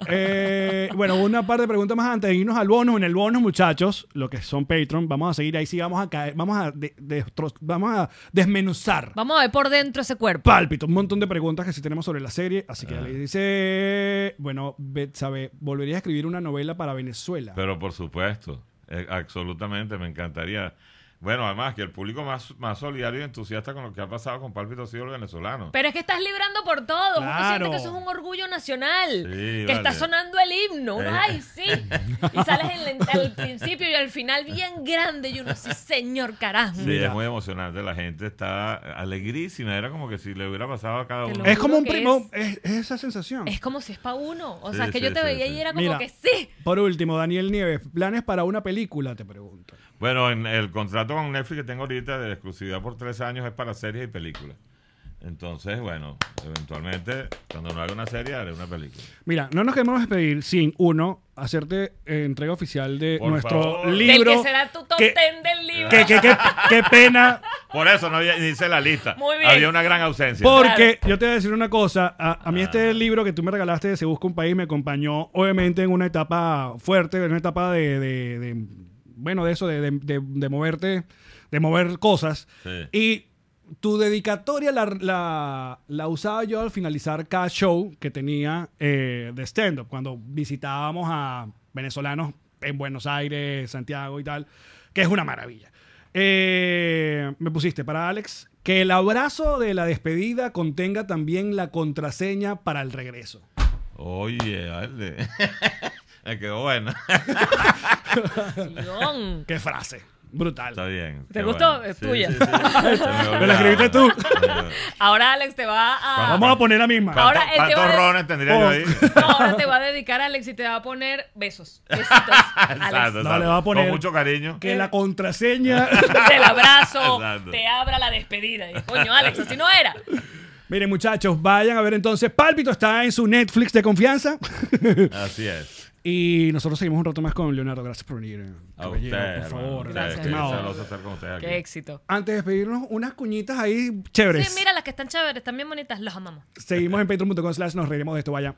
Eh, bueno, una par de preguntas más antes de irnos al bonus. En el bonus, muchachos, los que son Patreon, vamos a seguir ahí. Sí, vamos a caer, vamos a, de- destro- vamos a desmenuzar. Vamos a ver por dentro ese cuerpo. Pálpito, un montón de preguntas que sí tenemos sobre la serie. Así que le Ah. dice, bueno, sabe, volvería a escribir una novela para Venezuela. Pero por supuesto, eh, absolutamente, me encantaría. Bueno, además que el público más, más solidario y entusiasta con lo que ha pasado con Pálpito ha sido el venezolano. Pero es que estás librando por todo. Uno siente Claro. que eso es un orgullo nacional. que vale. está sonando el himno. Uno, Eh. ay, [laughs] sí. Y sales en la- al principio y al final bien grande. Y uno, sí, señor carajo. Sí, es muy emocionante, la gente está alegrísima, era como que si le hubiera pasado a cada Te uno. lo- es como un que primo, es, es esa sensación. Es como si es para uno. O Sí, sea, que sí, yo te sí, veía sí. y era como Mira. que sí. Por último, Daniel Nieves, planes para una película, te pregunto. Bueno, en el contrato con Netflix que tengo ahorita de exclusividad por tres años es para series y películas. Entonces, bueno, eventualmente, cuando no haga una serie, haré una película. Mira, no nos queremos despedir sin, uno, hacerte eh, entrega oficial de Por nuestro favor. Del libro. del que será tu top que- ten del libro. que- que- que- qué pena Por eso no había, hice la lista. Muy bien. Había una gran ausencia. Porque yo te voy a decir una cosa. A, a mí este libro que tú me regalaste de Se Busca un País me acompañó obviamente en una etapa fuerte, en una etapa de... de- de- bueno, de eso, de, de- de- de moverte, de mover cosas. Sí. Y tu dedicatoria la, la- la usaba yo al finalizar cada show que tenía eh, de stand-up, cuando visitábamos a venezolanos en Buenos Aires, Santiago y tal, que es una maravilla. Eh, me pusiste para Alex que el abrazo de la despedida contenga también la contraseña para el regreso. Oye, Ale. [laughs] Me quedó bueno. Guión. Qué frase, brutal. Está bien. ¿Te qué gustó? bueno. Es tuya. [laughs] Me la escribiste tú. Ahora Alex te va a. Vamos a poner la [laughs] misma. Ahora él te va a- ¿Cuántos rones tendría Oh. [laughs] yo ahí? No, ahora te va a dedicar a Alex y te va a poner besos. Besitos. Alex. Exacto, No, le exacto. va a poner- Con mucho cariño. Que la contraseña... [laughs] Del abrazo, Exacto. te abra la despedida. Y, Coño, Alex, así no era. Miren, muchachos, vayan a ver entonces. Pálpito está en su Netflix de confianza. Así es. y nosotros seguimos un rato más con Leonardo. Gracias por venir. eh, A caballero, usted, por favor. Gracias. Qué estimado. sabroso estar con ustedes Qué aquí. éxito. Antes de despedirnos, unas cuñitas ahí chéveres. Sí, mira, las que están chéveres, están bien bonitas, los amamos. Seguimos en patreon.com slash nos reiremos de esto, vaya.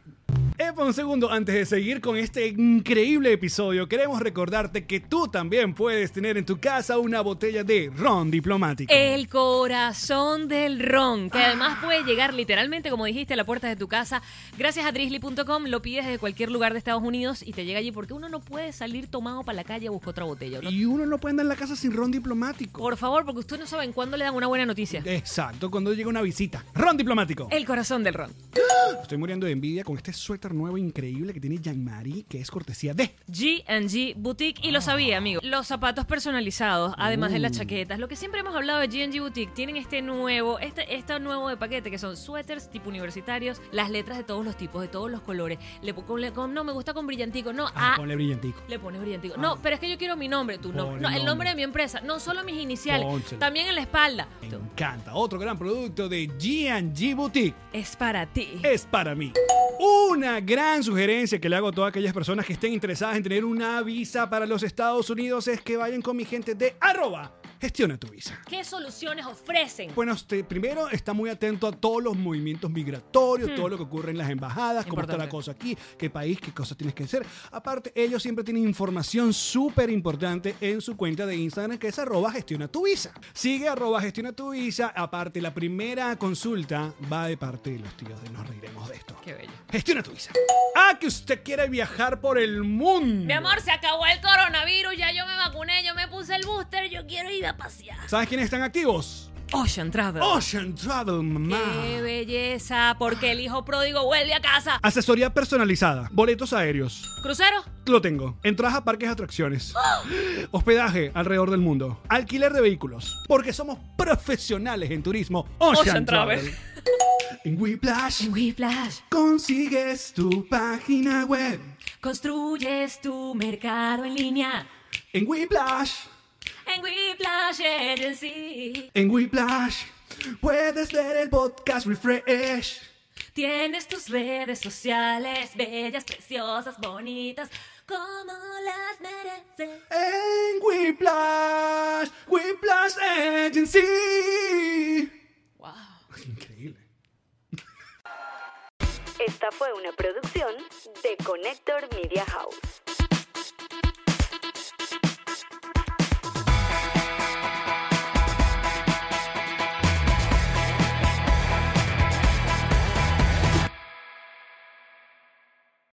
Epa, un segundo, antes de seguir con este increíble episodio, queremos recordarte que tú también puedes tener en tu casa una botella de ron diplomático. El corazón del ron, que además puede llegar literalmente, como dijiste, a la puerta de tu casa. Gracias a drizzly.com lo pides desde cualquier lugar de Estados Unidos y te llega allí porque uno no puede salir tomado para la calle a buscar otra botella. ¿no? Y uno no puede andar en la casa sin ron diplomático. Por favor, porque ustedes no saben cuándo le dan una buena noticia. Exacto, cuando llega una visita. Ron diplomático. El corazón del ron. Estoy muriendo de envidia con este suéter nuevo increíble que tiene Jean-Marie, que es cortesía de. GG Boutique, Ah. y lo sabía, amigo. Los zapatos personalizados, además Mm. de las chaquetas. Lo que siempre hemos hablado de GG Boutique, tienen este nuevo, este, este nuevo de paquete, que son suéteres tipo universitarios, las letras de todos los tipos, de todos los colores. Le, pon- con- le- con- no, me gusta con brillantico. No, Ah, ah, ponle brillantico. le pones brillantico. No, pero es que yo quiero mi nombre, tu nombre. Pon No, el el nombre. nombre de mi empresa. No solo mis iniciales, Pónselo. también en la espalda. Me encanta. Otro gran producto de GG Boutique Es para ti. es para mí. Una gran sugerencia que le hago a todas aquellas personas que estén interesadas en tener una visa para los Estados Unidos es que vayan con mi gente de arroba. Gestiona tu visa. ¿Qué soluciones ofrecen? Bueno, usted primero está muy atento a todos los movimientos migratorios, todo lo que ocurre en las embajadas, cómo está la Hmm. Importante. cosa aquí, qué país, qué cosas tienes que hacer. Aparte, ellos siempre tienen información súper importante en su cuenta de Instagram, que es arroba gestiona tu visa. Sigue arroba gestiona tu visa. Aparte, la primera consulta va de parte de los tíos de Nos Reiremos de Esto. Qué bello. Gestiona tu visa. Ah, que usted quiere viajar por el mundo. Mi amor, se acabó el coronavirus, ya yo me vacuné, yo me puse el booster, yo quiero ir a pasear. ¿Sabes quiénes están activos? Ocean Travel. Ocean Travel, mamá. ¡Qué belleza! Porque el hijo pródigo vuelve a casa. Asesoría personalizada. Boletos aéreos. ¿Crucero? Lo tengo. Entradas a parques y atracciones. [gasps] Hospedaje alrededor del mundo. Alquiler de vehículos. Porque somos profesionales en turismo. Ocean, Ocean Travel. Travel. en Whiplash Whiplash, consigues tu página web. construyes tu mercado en línea. En Whiplash, En Whiplash Agency en Whiplash, puedes leer el podcast Refresh. tienes tus redes sociales bellas, preciosas, bonitas, como las mereces. En Whiplash, Whiplash Agency. ¡Wow! [laughs] Increíble. Esta fue una producción de Connector Media House.